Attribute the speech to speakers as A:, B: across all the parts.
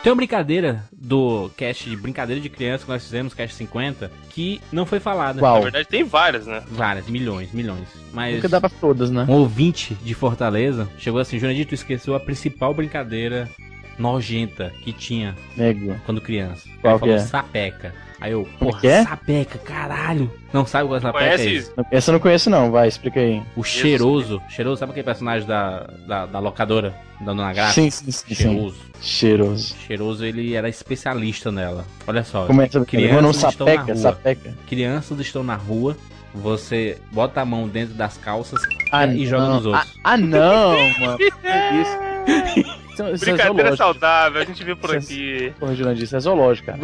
A: Tem uma brincadeira do cast de brincadeira de criança que nós fizemos, cast 50, que não foi falada.
B: Qual?
C: Na verdade, tem várias, né?
A: Várias, milhões, milhões. Mas
B: Nunca dá pra todas, né?
A: um ouvinte de Fortaleza chegou assim, Jurandir, tu esqueceu a principal brincadeira nojenta que tinha
B: Nego.
A: quando criança. Ele
B: Qual que
A: falou
B: é?
A: sapeca. Aí eu, porra,
B: que é?
A: sapeca, caralho. Não sabe o que é sapeca?
C: Conhece
A: é
C: isso?
B: Essa eu não conheço, não. Vai, explica aí.
A: O cheiroso. Cheiroso, sabe aquele personagem da, da, da locadora? Da Dona Graça?
B: Sim, sim, sim. sim.
A: Cheiroso.
B: Cheiroso.
A: Cheiroso, ele era especialista nela. Olha só.
B: Como é essa
A: Crianças
B: Mano, um
A: estão na
B: sapeca,
A: rua.
B: sapeca.
A: Crianças estão na rua, você bota a mão dentro das calças
B: Ah,
A: É, e joga
B: não.
A: nos outros.
B: Ah, ah, não, mano. É isso. Isso, é- isso é
C: Brincadeira
B: zoológico.
C: saudável, a gente vê por
B: Isso é-
C: aqui.
B: Porra, Jurandir, isso é zoológico, cara.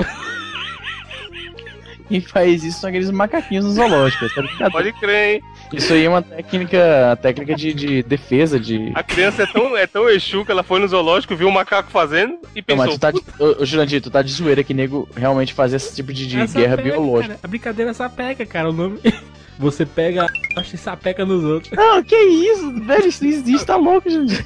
B: Quem faz isso são aqueles macaquinhos no zoológico. essa é brincadeira.
C: Pode crer, hein?
B: Isso aí é uma técnica, a técnica de, de defesa, de...
C: A criança é tão, é tão exu que ela foi no zoológico, viu um macaco fazendo e
B: Não, mas
C: pensou.
B: tu tá de... Ô, ô, Jurandir, tu tá de zoeira que nego realmente faz esse tipo de, de guerra
A: é
B: biológica.
A: A brincadeira é sapeca, cara. O nome. Você pega e sapeca nos outros.
B: Não, Ah, que isso, velho, isso não existe, tá louco, Jurandir.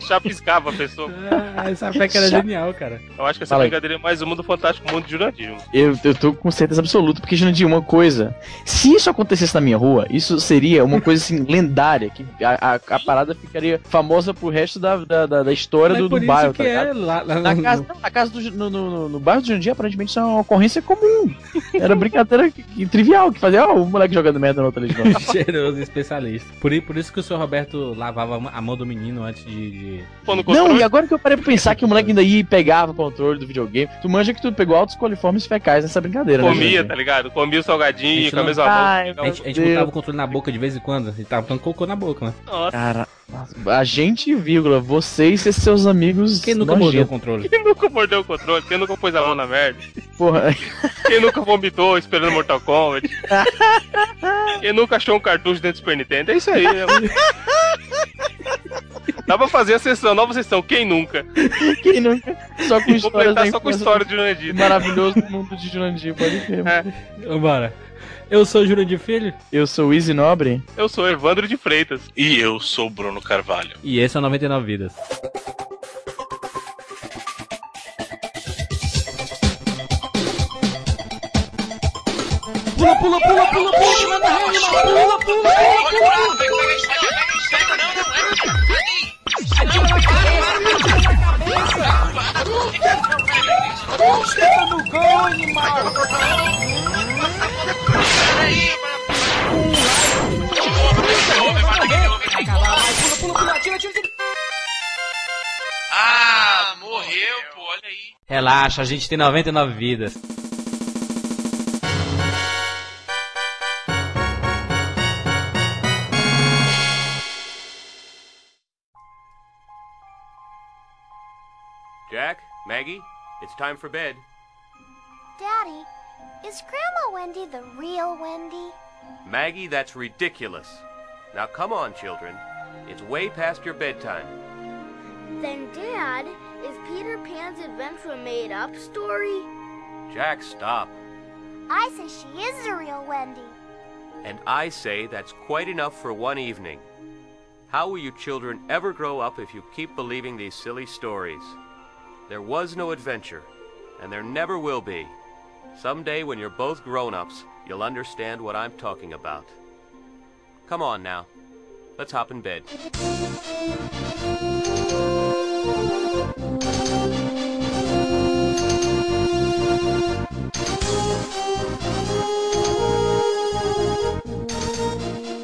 C: chapiscava a pessoa.
A: Ah, sapeca era
B: Já-
A: genial, cara.
C: Eu acho que essa
B: Fala aí.
C: brincadeira é mais uma do Fantástico Mundo de Jurandir. mano.
B: Eu, eu tô com certeza absoluta, porque, Jurandir, uma coisa, se isso acontecesse na minha rua, isso seria uma coisa, assim, lendária, que a, a, a parada ficaria famosa pro resto da, da, da, da história
A: Mas
B: do,
A: por
B: do
A: isso
B: bairro,
A: que
B: tá ligado?
A: é lá, lá
B: Na
A: no-
B: casa, não, na casa do, Ju- no, no, no- no bairro do Jurandir, aparentemente, isso é uma ocorrência comum. Era brincadeira que- que trivial, que fazia, ó, o moleque jogando merda no televisão.
A: Cheiroso especialista. Por, i- por isso que o seu Roberto lavava a mão- a mão do menino antes de. de-
C: Pô, no
B: Não,
C: controle,
B: e agora que eu parei pra pensar que o moleque ainda ia e pegava o controle do videogame, tu manja que tu pegou altos coliformes fecais nessa brincadeira, né?
C: comia,
B: gente?
C: tá ligado? Comia o
A: A
C: salgadinho
A: gente
C: com a
A: não-
C: mesma
B: Ah,
C: mão.
A: A gente, a gente
B: Meu
A: botava
B: Deus.
A: o controle na boca de vez em quando. A gente tava botando cocô na boca, né?
C: Nossa,
B: Cara, nossa, a gente, vírgula, vocês e seus amigos.
A: Quem nunca mordeu o
B: nojentos.
A: controle?
C: quem nunca mordeu o controle? Quem nunca pôs a mão na merda?
B: Porra,
C: Quem nunca vomitou esperando Mortal Kombat? Quem nunca achou um cartucho dentro do Super Nintendo? É isso aí, né? mano? Dá pra fazer a sessão, nova sessão, quem nunca?
B: quem nunca? Só com
C: E
B: histórias
C: completar
B: da
C: só com
B: infância
C: história de Jurandir.
B: do Maravilhoso mundo de Jurandir, pode crer.
C: É.
A: Vambora. Eu sou o Jurandir Filho.
B: Eu sou o Easy Nobre.
C: Eu sou Evandro de Freitas.
D: E eu sou o Bruno Carvalho.
A: E esse é o 99 Vidas.
D: Ah, morreu, pô, olha aí.
A: Relaxa, a gente tem 99 vidas.
E: Jack, Maggie, it's time for bed.
F: Daddy, is Grandma Wendy the real Wendy?
E: Maggie, that's ridiculous. Now come on, children. It's way past your bedtime.
F: Then, Dad, is Peter Pan's adventure a made up story?
E: Jack, stop.
F: I say she is the real Wendy.
E: And I say that's quite enough for one evening. How will you children ever grow up if you keep believing these silly stories? There was no adventure, and there never will be. Someday, when you're both grown ups, you'll understand what I'm talking about. Come on now. Let's hop in bed.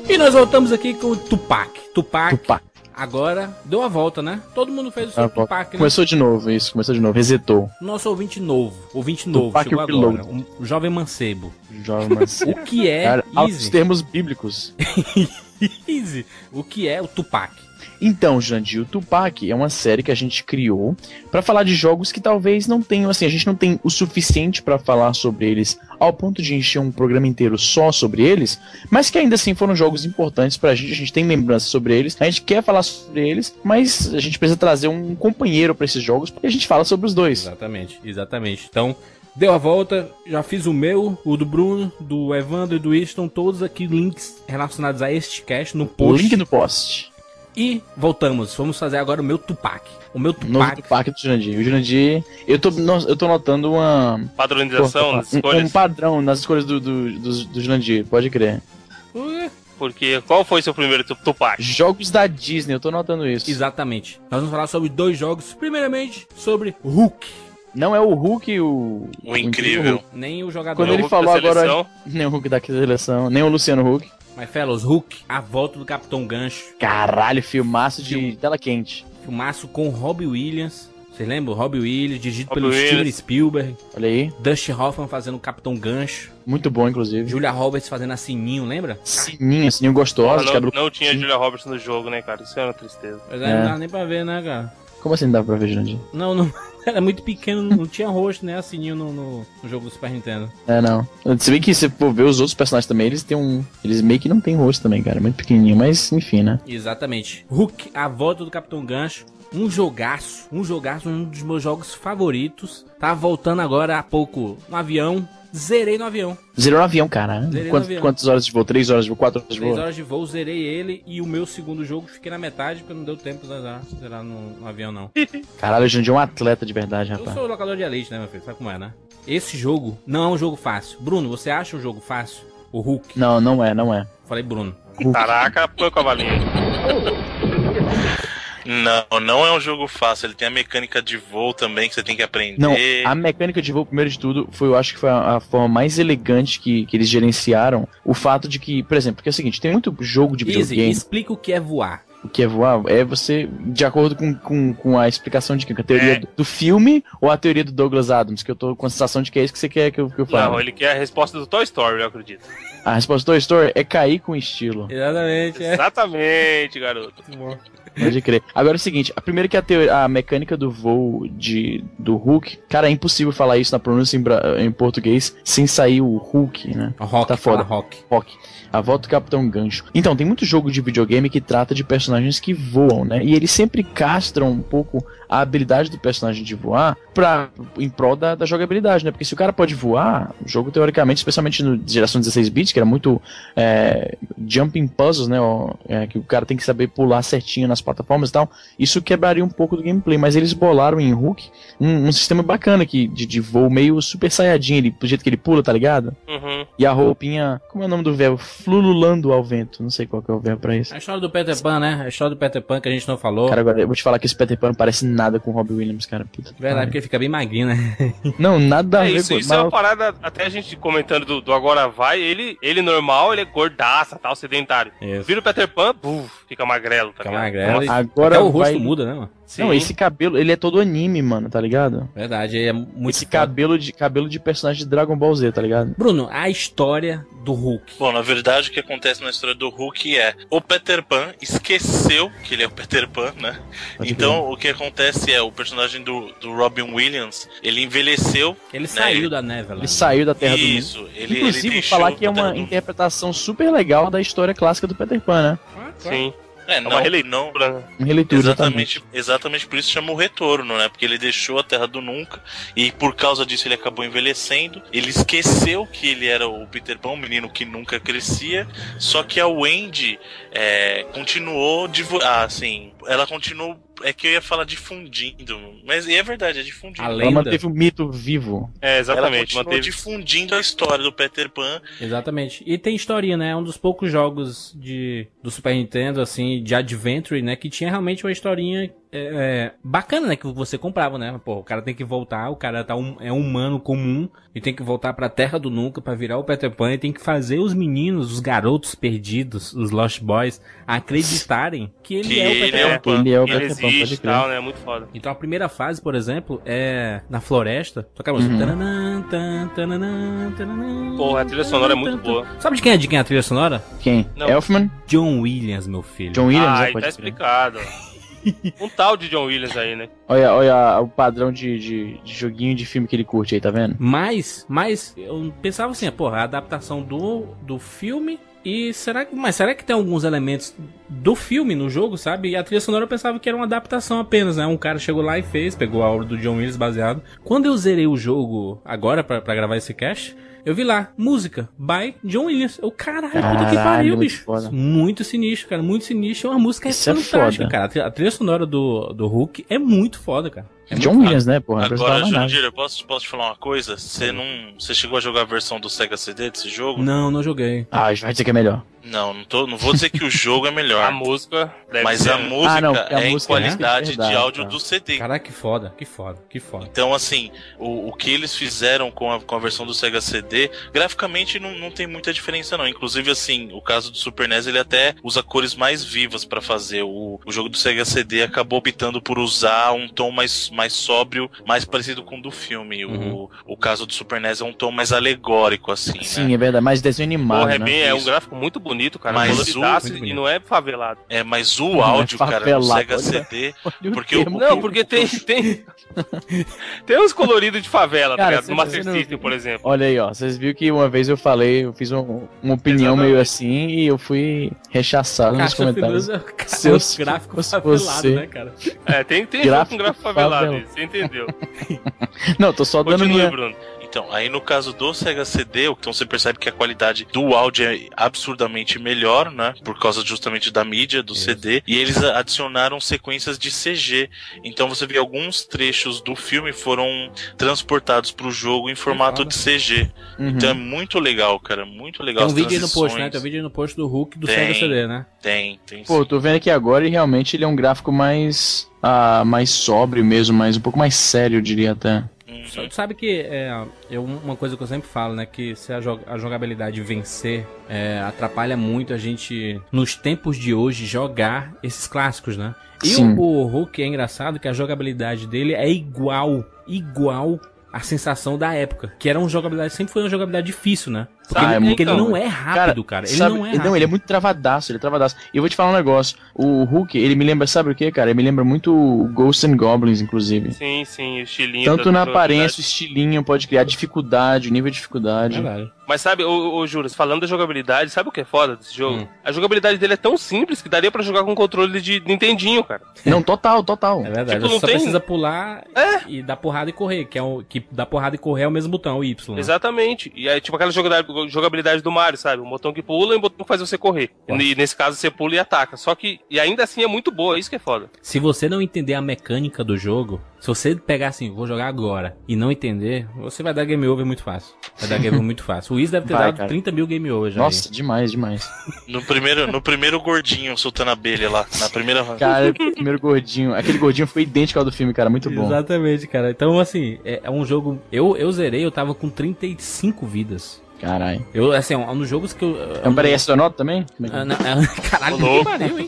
A: E nós voltamos aqui com o Tupac. Tupac.
B: Tupac.
A: Agora deu a volta, né? Todo mundo fez o seu
B: Ah, pô.
A: Tupac, né?
B: Começou de novo, isso, começou de novo. Resetou.
A: Nosso ouvinte novo. Ouvinte novo,
B: Tupac
A: chegou
B: o
A: agora.
B: piloto.
A: Um jovem mancebo.
B: Jovem Mancebo.
A: O que é
B: Cara, altos
A: Easy?
B: termos bíblicos.
A: Easy. O que é o Tupac?
B: Então, Jandir, o Tupac é uma série que a gente criou pra falar de jogos que talvez não tenham, assim, a gente não tem o suficiente pra falar sobre eles ao ponto de encher um programa inteiro só sobre eles, mas que ainda assim foram jogos importantes pra gente, a gente tem lembranças sobre eles, a gente quer falar sobre eles, mas a gente precisa trazer um companheiro pra esses jogos e a gente fala sobre os dois.
A: Exatamente, exatamente. Então, deu a volta, já fiz o meu, o do Bruno, do Evandro e do Easton, todos aqui links relacionados a este cast no
B: O
A: post.
B: link no post.
A: E voltamos. Vamos fazer agora o meu Tupac. O meu
B: Novo
A: Tupac.
B: Tupac do Jurandir. O Jurandir. Eu tô, nossa, eu tô notando uma.
C: Padronização
B: Porra,
C: das
B: um-
C: escolhas.
B: Um padrão nas escolhas do, do, do, do Jurandir, pode crer.
A: Uh,
C: Porque qual foi seu primeiro tu- Tupac?
B: Jogos da Disney, eu tô notando isso.
A: Exatamente. Nós vamos falar sobre dois jogos. Primeiramente, sobre Hulk.
B: Não é o Hulk o.
D: O incrível.
B: Hulk.
A: Nem o jogador.
B: Quando
C: É o
B: ele
C: Hulk
B: falou
C: da
B: agora-
C: seleção.
B: Nem o Hulk da seleção, nem o Luciano Hulk.
A: Mas, fellas, Hulk, a volta do Capitão Gancho.
B: Caralho, filmaço de
A: Filme.
B: tela quente.
A: Filmaço com Robbie Williams. Vocês lembram? Robbie Williams, dirigido
C: Robbie
A: pelo Steven
C: Williams.
A: Spielberg.
B: Olha aí.
A: Dustin Hoffman fazendo o Capitão Gancho.
B: Muito bom, inclusive.
A: Julia Roberts fazendo a Sininho, lembra?
B: Sininho, sininho gostosa, de
C: Não,
B: cabelo.
C: não tinha
B: curtinho.
C: Julia Roberts no jogo, né, cara? Isso é uma tristeza.
A: Mas
B: É.
A: não dava nem pra ver, né, cara?
B: Como assim não dava pra ver, Jurandir?
A: Não, não. Era muito pequeno, não tinha rosto, né? A Sininho no, no- no jogo do Super Nintendo.
B: É, não. Se bem que se for ver os outros personagens também, eles têm um. Eles meio que não têm rosto também, cara. Muito pequenininho, mas enfim, né?
A: Exatamente. Hulk, a volta do Capitão Gancho. Um jogaço, um jogaço, um dos meus jogos favoritos. Tá voltando agora há pouco no avião. Zerei no avião.
B: Zerou no avião, cara.
A: Zerei no
B: Quant-
A: um avião.
B: Quantas horas de voo? Três horas de voo? Quatro horas de
A: Três
B: voo?
A: horas de voo, zerei ele. E o meu segundo jogo fiquei na metade, porque não deu tempo de zerar, zerar no, no avião, não.
B: Caralho, Jurandir é um atleta de verdade,
A: Eu
B: rapaz.
A: sou locador de elite, né, meu filho? Sabe como é, né? Esse jogo não é um jogo fácil. Bruno, você acha um jogo fácil? O Hulk.
B: Não, não é, não é.
A: Falei, Bruno. Tá.
C: Caraca, põe o cavalinho.
D: Não, não é um jogo fácil. Ele tem a mecânica de voo também que você tem que aprender.
B: Não, a mecânica de voo, primeiro de tudo, foi, eu acho que foi a, a forma mais elegante que, que eles gerenciaram o fato de que, por exemplo, porque é o seguinte, tem muito jogo de
A: Easy,
B: videogame,
A: explica o que é voar.
B: o que é voar, é você, de acordo com, com, com a explicação de que a teoria
C: É.
B: do, do filme ou a teoria do Douglas Adams, que eu tô com a sensação de que é isso que você quer que eu, que eu fale.
C: Não, ele quer a resposta do Toy Story, eu acredito.
B: A resposta do Toy Story é cair com estilo.
A: Exatamente, é.
C: Exatamente, garoto.
B: Pode crer. Agora é o seguinte, a primeira que a, teo- a mecânica do voo de, do Hulk, cara, é impossível falar isso na pronúncia em, bra- em português sem sair o Hulk, né?
A: Rock,
B: Tá
A: fala
B: foda.
A: rock.
B: Rock. A volta do Capitão Gancho. Então, tem muito jogo de videogame que trata de personagens que voam, né? E eles sempre castram um pouco a habilidade do personagem de voar pra, em prol da, da jogabilidade, né? Porque se o cara pode voar, o jogo, teoricamente, especialmente no de geração 16 bits, que era muito é, jumping puzzles, né? ó, é, que o cara tem que saber pular certinho nas plataformas e tal, isso quebraria um pouco do gameplay. Mas eles bolaram em Hulk um, um sistema bacana que, de, de voo meio super saiadinho, ele, do jeito que ele pula, tá ligado?
C: Uhum.
B: E a roupinha. Como é o nome do verbo? Flululando ao vento. Não sei qual que é o verbo pra isso.
A: A história do Peter Pan, né? A história do Peter Pan que a gente não falou.
B: Cara, agora eu vou te falar que esse Peter Pan não parece nada com o Robbie Williams, cara. Puta que
A: Verdade, porque ele fica bem magrinho, né?
B: pariu. Não, nada a
C: É
B: ver
C: isso,
B: com
C: isso
B: mas
C: é uma parada, até a gente comentando do, do Agora Vai, ele, ele normal, ele é gordaça, tal, sedentário.
A: Isso.
C: Vira o Peter Pan, buf, fica magrelo, tá
A: Fica
C: ligado?
A: magrelo. e-
B: Agora
A: Até o rosto
B: vai...
A: muda, né, mano?
C: Sim.
B: Não, esse cabelo, ele é todo anime, mano, tá ligado?
A: Verdade, ele é muito.
B: esse
A: foda.
B: cabelo de, cabelo de personagem de Dragon Ball Z, tá ligado?
A: Bruno, a história do Hulk.
D: Bom, na verdade, o que acontece na história do Hulk é o Peter Pan esqueceu que ele é o Peter Pan, né?
B: Pode
D: então, o que acontece é o personagem do, do Robin Williams, ele envelheceu.
A: Ele
D: né?
A: saiu da neve lá.
B: Ele saiu da Terra do Mundo.
D: Isso, ele
B: Inclusive,
D: ele deixou
B: falar que é
D: a Terra
B: uma
D: do Mundo.
B: interpretação super legal da história clássica do Peter Pan, né?
C: Sim.
D: É,
C: É
D: não,
C: uma releitura.
D: não,
B: Uma releitura, tá? exatamente.
D: Exatamente, exatamente por isso chama o retorno, né? Porque ele deixou a Terra do Nunca e por causa disso ele acabou envelhecendo. Ele esqueceu que ele era o Peter Pan, um menino que nunca crescia. Só que a Wendy é, continuou divu- ah, assim, ela continuou. É que eu ia falar difundindo, mas é verdade, é difundindo.
A: A
B: Ela
A: lenda.
B: manteve o mito vivo.
C: É,
D: ela
C: exatamente.
D: continuou
C: Manteve.
D: difundindo a história do Peter Pan.
A: Exatamente. E tem historinha, né? É um dos poucos jogos de, do Super Nintendo, assim, de Adventure, né? Que tinha realmente uma historinha é, é, bacana, né? Que você comprava, né? Pô, o cara tem que voltar, o cara tá um, é um humano comum e tem que voltar pra Terra do Nunca pra virar o Peter Pan e tem que fazer os meninos, os garotos perdidos, os Lost Boys, acreditarem que ele
D: Que
A: é o
D: ele
A: Peter
D: é
A: Pan.
D: o Pan.
B: Ele é o
C: Ele
B: Peter Pan,
C: existe
B: pode
C: e
B: crer.
C: tal, né? Muito foda.
A: Então a primeira fase, por exemplo, é na floresta. Toca a música.
B: Uhum.
A: Tananã, tan, tananã, tananã,
C: Porra, a trilha sonora é muito
A: tan, tan.
C: boa.
A: Sabe de quem é, de quem é a trilha sonora?
B: Quem?
C: Não.
B: Elfman?
A: John Williams, meu filho.
B: John Williams?
C: ah,
B: né?
C: aí tá
B: Pode crer.
C: explicado. um tal de John Williams aí, né?
B: Olha, olha o padrão de, de, de joguinho de filme que ele curte aí, tá vendo?
A: Mas, mas eu pensava assim, porra, a adaptação do, do filme e será que, mas será que tem alguns elementos do filme no jogo, sabe? E a trilha sonora eu pensava que era uma adaptação apenas, né? Um cara chegou lá e fez, pegou a obra do John Williams baseado. Quando eu zerei o jogo agora pra pra gravar esse cast, Eu vi lá, música, by John Williams. Eu, caralho, puta que
B: Caralho,
A: pariu,
B: muito
A: bicho.
B: foda.
A: Muito sinistro, cara, muito sinistro. Uma música é
B: Isso é
A: fantástica,
B: foda.
A: cara. A tri- A trilha sonora do, do Hulk é muito foda, cara. É muito
B: John
A: foda.
B: Williams, né, porra? Não precisava
D: Agora,
B: mais nada.
D: Jurandir, eu posso, posso te falar uma coisa? Você não. Você chegou a jogar a versão do Sega CD desse jogo?
A: Não, não joguei.
B: Ah, vai dizer que é melhor.
D: Não, não, tô, não vou dizer que o jogo é
C: A
D: melhor.
C: música deve
D: mas
C: ser. um
D: a música
B: Ah, não, porque a
D: é
B: música,
D: em
B: né?
D: qualidade
B: Verdade,
D: de áudio
B: tá.
D: do CD.
A: Caraca, que foda, que foda, que foda.
D: Então, assim, o, o que eles fizeram com a, com a versão do Sega CD, graficamente não, não tem muita diferença, não. Inclusive, assim, o caso do Super NES, ele até usa cores mais vivas pra fazer. O, o jogo do Sega CD acabou optando por usar um tom mais, mais sóbrio, mais parecido com o do filme.
A: Uhum.
D: O, o caso do Super NES é um tom mais alegórico, assim,
B: Sim,
D: né?
B: é verdade. Mais desenho animado,
C: Porra, é,
B: né?
C: bem, é um
D: Isso.
C: gráfico muito bonito, cara.
D: Mas
C: Coloridaço
A: o- muito
C: e não é favelado.
D: É, mas o
B: é
D: áudio, cara, do
B: favelado,
D: Sega
B: olha.
D: CD...
B: Olha o
D: porque o-
B: termo.
C: Não, porque tem. Tem, tem uns coloridos de favela, tá
B: Cara,
C: ligado?
B: você-
C: No Master
B: você não-
C: System, por exemplo.
B: Olha aí, ó. Vocês viram que uma vez eu falei, eu fiz um- uma opinião
C: Exatamente.
B: meio assim e eu fui rechaçado nos comentários.
A: Filosa, é cara,
B: Seus-
A: os gráficos
B: se
A: favelados,
B: você-
A: né, cara?
C: É, tem, tem jogo
B: Gráfico
C: com gráfico favelado,
B: favela.
C: aí, você entendeu.
B: Não, tô só dando
C: Continue,
B: minha.
C: Bruno.
D: Então, aí no caso do Sega CD, então você percebe que a qualidade do áudio é absurdamente melhor, né? Por causa justamente da mídia do CD. E eles a- adicionaram sequências de CG. Então você vê alguns trechos do filme foram transportados pro jogo em formato
A: foda.
D: de CG.
B: né? Uhum.
D: Então é muito legal, cara. Muito legal.
A: Tem um
D: as
A: vídeo aí no post, né?
D: transições.
A: Tem um vídeo aí no post do Hulk do
D: Tem.
A: Sega CD, né?
D: Tem, tem
B: Pô,
D: sim.
B: tô vendo aqui agora e realmente ele é um gráfico mais. Ah, mais sóbrio mesmo, mais um pouco mais sério, eu diria até.
D: Uhum.
A: Só- Sabe que é eu- uma coisa que eu sempre falo, né? Que se a, jo- a jogabilidade vencer, é, atrapalha muito a gente, nos tempos de hoje, jogar esses clássicos, né? E
B: Sim.
A: o, o Hulk é engraçado que a jogabilidade dele é igual, igual à sensação da época. Que era uma jogabilidade, sempre foi uma jogabilidade difícil, né? Porque,
B: Ah, é
A: ele,
B: muito
A: porque ele
B: bom.
A: não é rápido, cara. Ele
B: Sabe-
A: não é rápido.
B: ele é muito travadaço, ele é travadaço. E eu vou te falar um negócio. O Hulk, ele me lembra, sabe o que, cara? Ele me lembra muito o Ghosts and Goblins, inclusive.
C: Sim, sim, o estilinho.
B: Tanto
C: da-
B: na
C: da-
B: aparência, o estilinho pode criar dificuldade, o nível de dificuldade.
A: É Verdade.
C: Mas sabe, ô, ô Juras, falando da jogabilidade, sabe o que é foda desse jogo?
A: Hum.
C: A jogabilidade dele é tão simples que daria pra jogar com controle de Nintendinho, cara.
B: Não, total, total.
A: É verdade.
C: Tipo,
A: Você
C: não
A: só
C: tem-
A: precisa pular e dar porrada e correr, que é o que dar porrada e correr é o mesmo botão, o Y. né?
C: Exatamente. E é tipo aquela jogada- jogabilidade do Mario, sabe? Um botão que pula e um botão que faz você correr.
A: Nossa.
C: E nesse caso você pula e ataca. Só que, e ainda assim é muito boa, é isso que é foda.
A: Se você não entender a mecânica do jogo, se você pegar assim, vou jogar agora, e não entender, você vai dar game over muito fácil. Vai dar game over muito fácil. O Wiz deve ter
B: Vai,
A: dado
B: cara.
A: 30 mil game over já.
B: Nossa, demais, demais.
D: No, primeiro, no primeiro gordinho soltando a abelha lá. Na primeira.
B: Cara, o primeiro gordinho. Aquele gordinho foi idêntico ao do filme, cara. Muito
A: aí.
B: bom.
A: Exatamente, cara. Então, assim, é, é um jogo. Eu, eu zerei, eu tava com 35 vidas.
B: Caralho.
A: Eu, assim, é um um dos jogos que eu.
B: Então, peraí, essa é a nota também? Como é que-
A: Ah, não, ah, caralho,
D: Ô,
A: que
D: louco.
A: pariu, hein?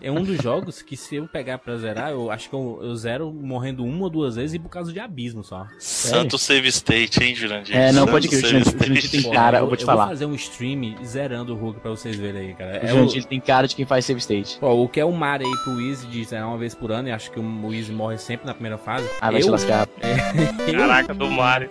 A: é um dos jogos que se eu pegar pra zerar, eu acho que eu, eu zero morrendo uma ou duas vezes e por causa de abismo só.
D: Santo Save State, hein, Jurandir?
B: É, não,
D: Santo
B: pode crer,
D: Save
B: Jurandir, Jurandir tem
D: State.
A: Pô,
B: Cara, eu vou te falar.
A: assim, vou fazer um stream zerando o Hulk pra vocês verem aí, cara.
B: O
A: É
B: Jurandir,
A: o,
B: ele tem cara de quem faz save state.
A: Pô, o que é o mar aí pro Easy de zerar uma vez por ano, e acho que o Easy morre sempre na primeira fase.
B: Ah, vai te
A: eu,
B: lascar.
C: Caraca, do Mario.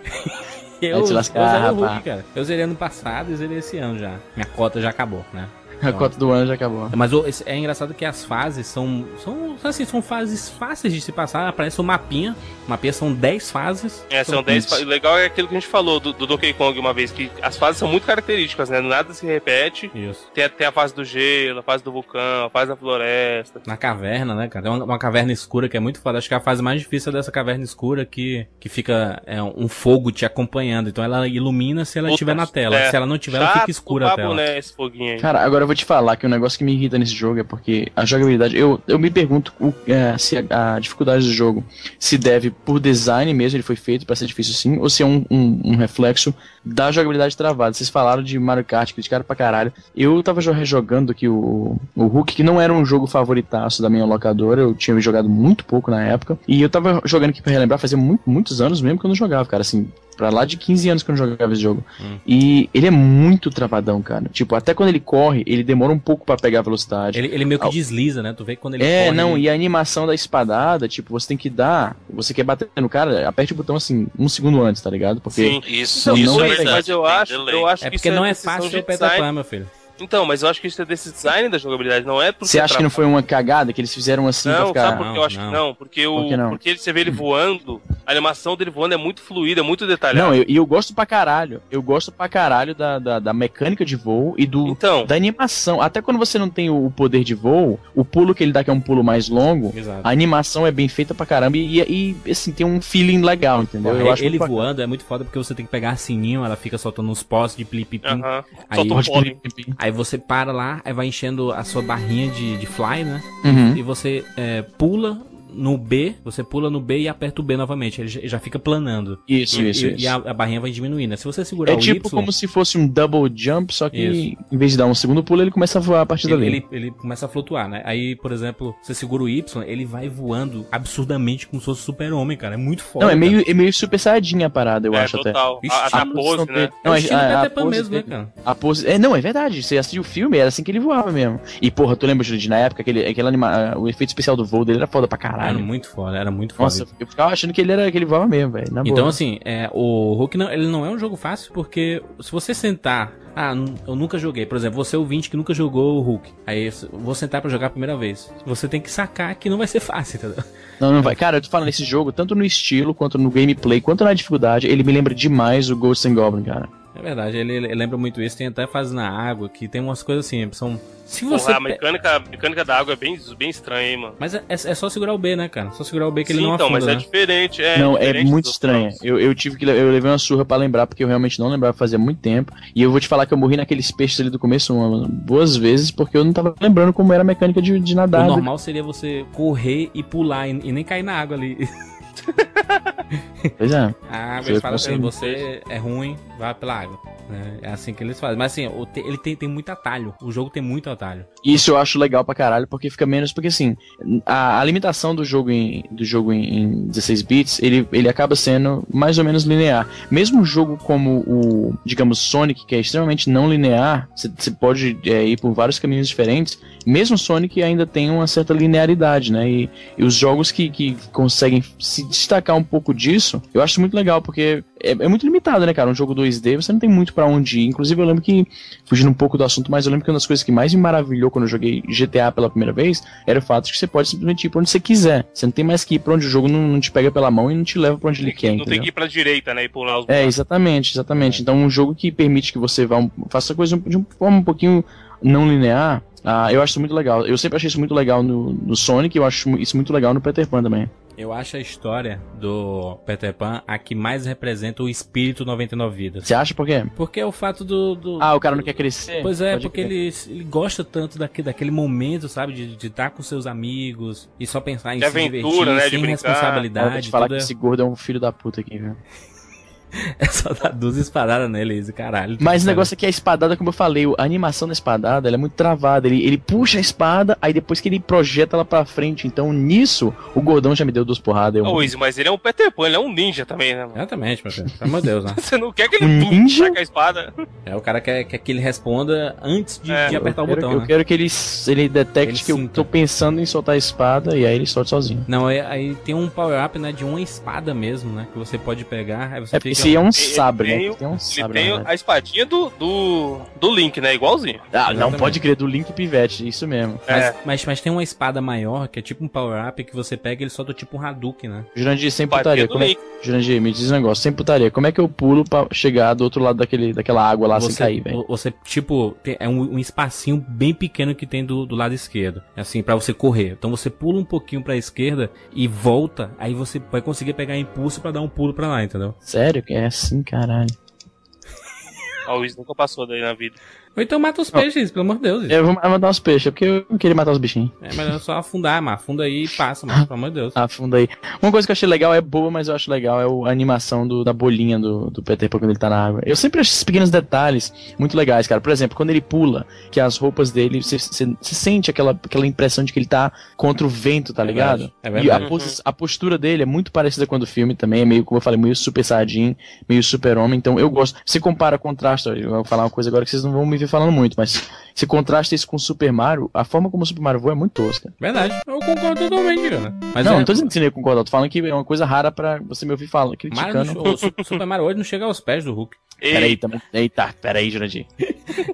A: eu,
B: vai te
A: eu
B: lascar,
A: zerei o Hulk,
B: rapaz.
A: cara. Eu zerei ano passado e zerei esse ano já. Minha cota já acabou, né?
B: A cota do ano já acabou.
A: Mas o- esse- é engraçado que as fases são, são. Assim, são fases fáceis de se passar. Aparece um mapinha. Mapinha são 10 fases.
C: É, são 10.
B: isso.
C: O legal é aquilo que a gente falou do, do Donkey Kong uma vez, que as fases são muito características, né? Nada se repete.
A: Isso.
C: Tem, a- tem a fase do gelo, a fase do vulcão, a fase da floresta.
A: Na caverna, né, cara? É uma, uma caverna escura que é muito foda. Acho que a fase mais difícil é dessa caverna escura que, que fica é, um fogo te acompanhando. Então ela ilumina se ela
C: Puta,
A: estiver na tela.
C: é.
A: Se ela não tiver, ela
C: Chato
A: fica escura a
C: do
A: tela.
C: rabo, né, esse foguinho aí.
B: Cara, agora eu vou te falar que o negócio que me irrita nesse jogo é porque a jogabilidade. Eu, eu me pergunto o- é, se a, a dificuldade do jogo se deve por design mesmo, ele foi feito pra ser difícil sim, ou se é um, um- um reflexo da jogabilidade travada. Vocês falaram de Mario Kart, criticaram pra caralho. Eu tava jo- jogando aqui o, o Hulk, que não era um jogo favoritaço da minha locadora, eu tinha jogado muito pouco na época. E eu tava jogando aqui pra relembrar, fazia mu- muitos anos mesmo que eu não jogava, cara, assim. Pra lá de 15 anos que eu não jogava esse jogo.
C: Hum.
B: E ele é muito travadão, cara. Tipo, até quando ele corre, ele demora um pouco pra pegar a velocidade.
A: Ele, ele meio que
B: Au.
A: desliza, né? Tu vê que quando ele
B: é,
A: corre,
B: não,
A: ele-
B: e a animação da espadada, tipo, você tem que dar. Você quer bater no cara, aperte o botão assim, um segundo antes, tá ligado? Porque.
C: Sim.
D: Isso,
C: Então,
D: isso
B: não
D: é
B: é,
D: verdade.
C: mas eu
D: tem
C: acho,
D: delay.
C: eu acho
A: É
C: que
A: porque
C: isso
A: não é
C: decisão
A: fácil
C: de
A: o Peter
C: design.
A: Pan, meu filho.
C: Então, mas eu acho que isso é desse design da jogabilidade, não é por
B: Você acha que não foi uma cagada que eles fizeram assim pra
C: Não,
B: ficar.
C: sabe por que
A: Não,
C: eu acho
A: não.
C: que não? Porque, o,
B: Por que não?
C: porque ele- você vê ele voando, a animação dele voando é muito fluida, é muito detalhada.
B: Não, eu- e eu, gosto pra caralho. Eu gosto pra caralho da, da, da mecânica de voo e do.
C: Então,
B: Da animação. Até quando você não tem o o poder de voo, o pulo que ele dá, que é um pulo mais longo,
A: Exato.
B: a animação é bem feita pra caramba e, e, e, assim, tem um feeling legal, entendeu?
A: Ele- ele
B: muito
A: voando é muito foda porque você tem que pegar a sininho, ela fica soltando uns pós de plipipim.
C: aham.
A: Aí,
B: bacana.
C: solta um pólen.
A: aí você para lá, aí vai enchendo a sua barrinha de, de fly, né?
B: Uhum.
A: E você é, pula no B, você pula no B e aperta o B novamente. Ele já- já fica planando.
B: Isso,
A: e,
B: isso,
A: e-
B: isso.
A: e a, a barrinha vai diminuindo. né? Se você segurar
B: É
A: o
B: tipo
A: Y,
B: como se fosse um double jump, só que
A: Isso.
B: em vez de dar um segundo pulo, ele começa a voar a partir
A: ele,
B: dali.
A: ele, ele começa a flutuar, né? Aí, por exemplo, você segura o Y, ele vai voando absurdamente como se fosse super-homem, cara. É muito foda.
B: Não, é
A: cara.
B: meio, é meio super saiyajin a parada, eu
C: É,
B: acho até.
C: total.
A: Ixi,
C: A, até a
A: a
C: pose, né?
B: Não,
A: é o
B: a-
A: estilo
B: a- a
A: Peter Pan
B: pose
A: mesmo, né,
B: dele-
A: cara?
B: A pose... É, não, é verdade. Você assistiu o filme, era assim que ele voava mesmo. E, porra, tu lembra, Jurandir, na época, aquele, aquele anima... o efeito especial do voo dele era foda pra
A: Era
B: caralho.
A: muito foda, era muito foda.
B: Nossa, eu ficava achando que ele, era, que ele voava mesmo, velho. Na Tá boa.
A: Então, assim, é, o Hulk não, ele não é um jogo fácil porque se você sentar. Ah, nu- eu nunca joguei. Por exemplo, você é ouvinte que nunca jogou o Hulk. Aí eu vou sentar pra jogar a primeira vez. Você tem que sacar que não vai ser fácil, entendeu?
B: Não, não vai. Cara, eu tô falando, esse jogo, tanto no estilo, quanto no gameplay, quanto na dificuldade, ele me lembra demais o Ghost and Goblin, cara.
A: É verdade, ele, ele lembra muito isso. Tem até fase na água que tem umas coisas assim. São. Se
C: Porra,
A: você.
C: a,
A: pe-
C: mecânica, a mecânica da água é bem, bem estranha, hein, mano.
A: Mas é, é só segurar o B, né, cara? Só segurar o B que ele não
C: então,
A: afunda,
C: mas é
A: né?
C: diferente. É
B: não, é
C: diferente
B: muito
C: dos
B: estranho.
C: outros.
B: Eu, eu tive que. le- Eu levei uma surra pra lembrar, porque eu realmente não lembrava fazia muito tempo. E eu vou te falar que eu morri naqueles peixes ali do começo uma, duas vezes, porque eu não tava lembrando como era a mecânica de, de nadar.
A: O
B: do-
A: normal seria você correr e pular e, e nem cair na água ali.
B: Pois é.
A: A água
B: Você
A: eles falam assim,
B: consegue.
A: você é ruim, vá pela água. né? É assim que eles fazem. Mas assim, o te- ele tem, tem muito atalho. O jogo tem muito atalho.
B: Isso eu acho legal pra caralho, porque fica menos. Porque assim, a, a limitação do jogo em, do jogo em, em 16 bits, ele, ele acaba sendo mais ou menos linear. Mesmo um jogo como o, digamos, Sonic, que é extremamente não linear, você pode é, ir por vários caminhos diferentes. Mesmo Sonic ainda tem uma certa linearidade, né? E, e os jogos que, que conseguem se destacar um pouco disso, eu acho muito legal, porque é, é muito limitado, né, cara? Um jogo 2D, você não tem muito pra onde ir. Inclusive, eu lembro que, fugindo um pouco do assunto, mas eu lembro que uma das coisas que mais me maravilhou quando eu joguei GTA pela primeira vez era o fato de que você pode simplesmente ir pra onde você quiser. Você não tem mais que ir pra onde o jogo não, não te pega pela mão e não te leva pra onde ele quer,
C: Não tem
B: entendeu?
C: que ir pra direita, né? E pular os
B: É, exatamente, exatamente. Então, um jogo que permite que você vá um- faça coisa de uma forma um pouquinho não linear, ah, eu acho isso muito legal. Eu sempre achei isso muito legal no, no Sonic e eu acho mu- isso muito legal no Peter Pan também.
A: Eu acho a história do Peter Pan a que mais representa o espírito 99 vidas.
B: Você acha por quê?
A: Porque é o fato do. do-
B: Ah, o cara não quer crescer?
A: Pois é,
B: Pode
A: porque
B: crer.
A: ele, ele gosta tanto daque- daquele momento, sabe? De, de estar com seus amigos e só pensar em
C: De
A: se
C: aventura,
A: divertir,
C: né, de
A: sem
C: brincar.
B: Cara, eu vou
A: responsabilidade.
B: te falar que
A: tudo é-
B: esse gordo é um filho da puta aqui, viu?
A: É só dar duas espadadas nele, esse caralho.
B: Mas o
A: Sabe?
B: negócio é que a espadada, como eu falei, a animação da espadada ela é muito travada. Ele, ele puxa a espada, aí depois que ele projeta ela pra frente. Então, nisso, o gordão já me deu duas porradas. Eu...
C: Ô, Izzy, mas ele é um Peter Pan, ele é um ninja também, né, mano?
A: Exatamente, meu filho. Pelo amor de Deus, né?
C: Você não quer que ele
B: Um
C: pum,
B: ninja?
C: saca a espada?
A: É, o cara quer, quer que ele responda antes de,
C: É.
A: de apertar
B: eu
A: o
B: quero,
A: botão,
B: eu
A: né?
B: quero que ele, ele detecte
A: Ele
B: que eu
A: sinta.
B: tô pensando em soltar a espada e aí ele solta sozinho.
A: Não, aí, aí tem um power-up, né, de uma espada mesmo, né, que você pode pegar, aí você
B: É porque
A: fica...
B: se é um
C: ele
B: sabre, né?
C: tem
B: Tem um
C: Ele
B: sabre,
C: tem
B: na verdade.
C: a espadinha do, do, do Link, né? Igualzinho.
B: Ah, não
A: Exatamente.
B: pode crer, do Link Pivete, isso mesmo.
A: Mas,
C: É.
A: mas, mas tem uma espada maior, que é tipo um power-up, que você pega e ele solta tipo um Hadouken, né?
B: Jurandir, sem putaria.
C: Espadinha do
B: Como é...
C: Link.
B: Jurandir, me diz um negócio, sem putaria. Como é que eu pulo pra chegar do outro lado daquele, daquela água lá sem
A: você,
B: cair, velho?
A: vo- Você, tipo, tem- é um, um espacinho bem pequeno que tem do, do lado esquerdo, assim, pra você correr. Então você pula um pouquinho pra esquerda e volta, aí você vai conseguir pegar impulso pra dar um pulo pra lá, entendeu?
B: Sério? É assim, caralho.
C: Ó, o Izzy nunca passou daí na vida.
A: Ou então mata os peixes, pelo amor de Deus. gente.
B: Eu vou matar os peixes, é porque eu não queria matar os bichinhos.
A: É melhor só afundar, mano. Afunda aí e passa, mano, pelo amor de Deus.
B: Afunda aí. Uma coisa que eu achei legal é boa, mas eu acho legal é o- a animação do- da bolinha do, do Peter Pan quando ele tá na água. Eu sempre acho esses pequenos detalhes muito legais, cara. Por exemplo, quando ele pula, que as roupas dele, você sente aquela, aquela impressão de que ele tá contra o vento, tá
A: É
B: ligado?
A: verdade, é
B: E a,
A: verdade.
B: posi- a postura dele é muito parecida com a do filme também, é meio, como eu falei, meio super saiyajin, meio super-homem, então eu gosto. Se compara contrasta, eu vou falar uma coisa agora que vocês não vão me ver falando muito, mas se contrasta isso com o Super Mario, a forma como o Super Mario voa é muito tosca
A: Verdade. Eu concordo totalmente, cara. Mas
B: não,
A: é,
B: não tô dizendo que você não ia concordar, tô falando que é uma coisa rara pra você me ouvir falar,
A: Mario não-
B: criticando.
A: o Su- Super Mario hoje não chega aos pés do Hulk.
C: Ei,
B: Peraí, tá, eita, peraí, Jurandir.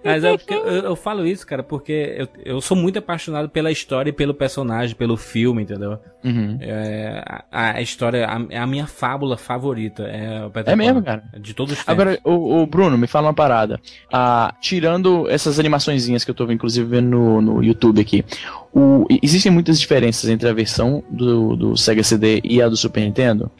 A: Mas é porque eu, eu falo isso, cara, porque eu, eu sou muito apaixonado pela história e pelo personagem, pelo filme, entendeu?
B: Uhum.
A: É, a, a história a- é a, minha fábula favorita. É, o Peter
B: É mesmo,
A: Pan.
B: cara?
A: De todos os tempos.
B: Agora, o, Bruno, me fala uma parada. Ah, tirando essas animaçõezinhas que eu tô inclusive vendo no, no YouTube aqui, o- e- existem muitas diferenças entre a versão do, do Sega CD e a do Super Nintendo?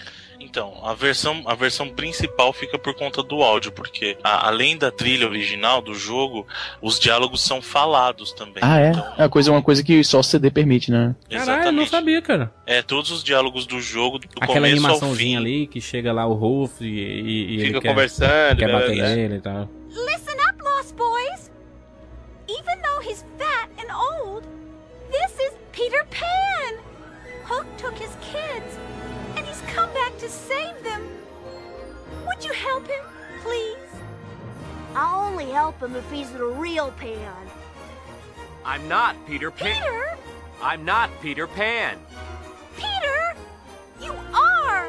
D: Então, a versão, a versão principal fica por conta do áudio, porque a- além da trilha original do jogo, os diálogos são falados também.
B: Ah, é?
D: Então,
B: É uma coisa, uma coisa que só o CD permite, né?
A: Caralho, eu não sabia, cara.
D: É, todos os diálogos do jogo, do
A: Aquela
D: começo ao fim,
A: animaçãozinha ali que chega lá o Rolf e, e, e
C: Fica
A: ele quer,
C: conversando.
D: né?
C: né?
A: quer
C: blá, blá,
A: bater
C: blá.
A: nele e tal.
G: Listen up, Lost Boys! Even though he's fat and old, this is Peter Pan! Hook took his kids, and he's come back to save them. Would you help him, please?
F: I'll only help him if he's the real Pan.
E: I'm not Peter Pan.
G: Peter!
E: I'm not Peter Pan.
G: Peter! You are!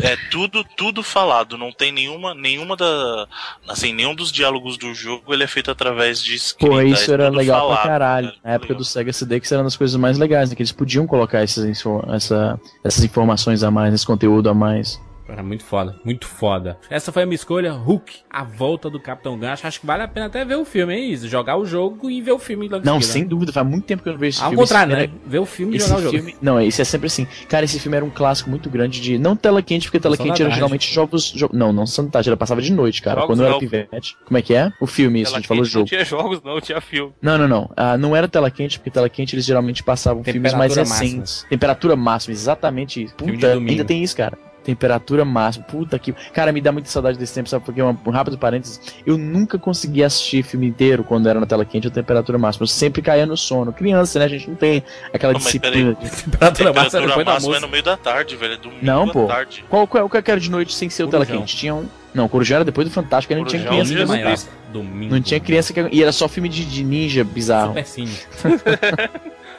D: É tudo, tudo falado, não tem nenhuma, nenhuma da, assim, nenhum dos diálogos do jogo ele é feito através de escrita.
B: Pô, isso
D: é
B: era
D: tudo
B: legal pra
D: falado,
C: né?
B: caralho.
D: cara,
B: Na época
D: legal.
B: do Sega CD, que isso era uma das coisas mais legais, né? Que eles podiam colocar essas, info- essa- essas informações a mais, esse conteúdo a mais.
A: Cara, muito foda, muito foda. Essa foi a minha escolha, Hulk, a volta do Capitão Gancho. Acho que vale a pena até ver o filme, é isso. Jogar o jogo e ver o filme logo em
B: Não,
A: seguida.
B: sem dúvida, faz muito tempo que eu não vejo esse
A: né? Ao
B: filme. Esse
A: contrário,
B: filme
A: né? Ver o filme e
B: Esse
A: jogar o jogo.
B: filme. Não, esse é sempre assim. Cara, esse filme era um clássico muito grande de. Não tela quente, porque tela
A: Sessão
B: quente
A: da
B: era
A: tarde.
B: geralmente jogos. jo- Não, não sessão da tarde, ela passava de noite, cara.
C: Jogos
B: Quando eu era
C: não.
B: pivete. Como é que é? O filme, isso,
C: Tela
B: a gente falou
C: quente, Não
B: jogo.
C: tinha jogos, não, tinha filme.
B: Não, não, não. Ah, não era tela quente, porque tela quente eles geralmente passavam filmes mais
A: Temperatura máxima.
B: recentes. Temperatura máxima, exatamente isso.
A: Filme de
B: Puta,
A: domingo.
B: ainda tem isso, cara. Temperatura máxima. Puta que. Cara, me dá muita saudade desse tempo, sabe? Porque uma- um rápido parênteses. Eu nunca conseguia assistir filme inteiro quando era na tela quente ou temperatura máxima. Eu sempre caía no sono. Criança, né? A gente não tem aquela
D: Não, mas
B: disciplina.
A: Temperatura máxima
D: Temperatura
A: depois da
D: máxima é
A: música.
D: no meio da tarde, velho. É domingo
B: Não, pô.
D: à tarde.
B: Qual, qual, qual que era de noite sem ser o tela
A: Corujão.
B: quente? Tinha um... Não, o Corujão era depois do Fantástico, aí não tinha
D: Corujão, é
B: criança.
D: Jesus
A: Domingo
B: que-
A: maior.
D: Cristo.
A: Domingo.
B: Não tinha criança que. E era só filme de, de ninja bizarro.
A: Super Cine.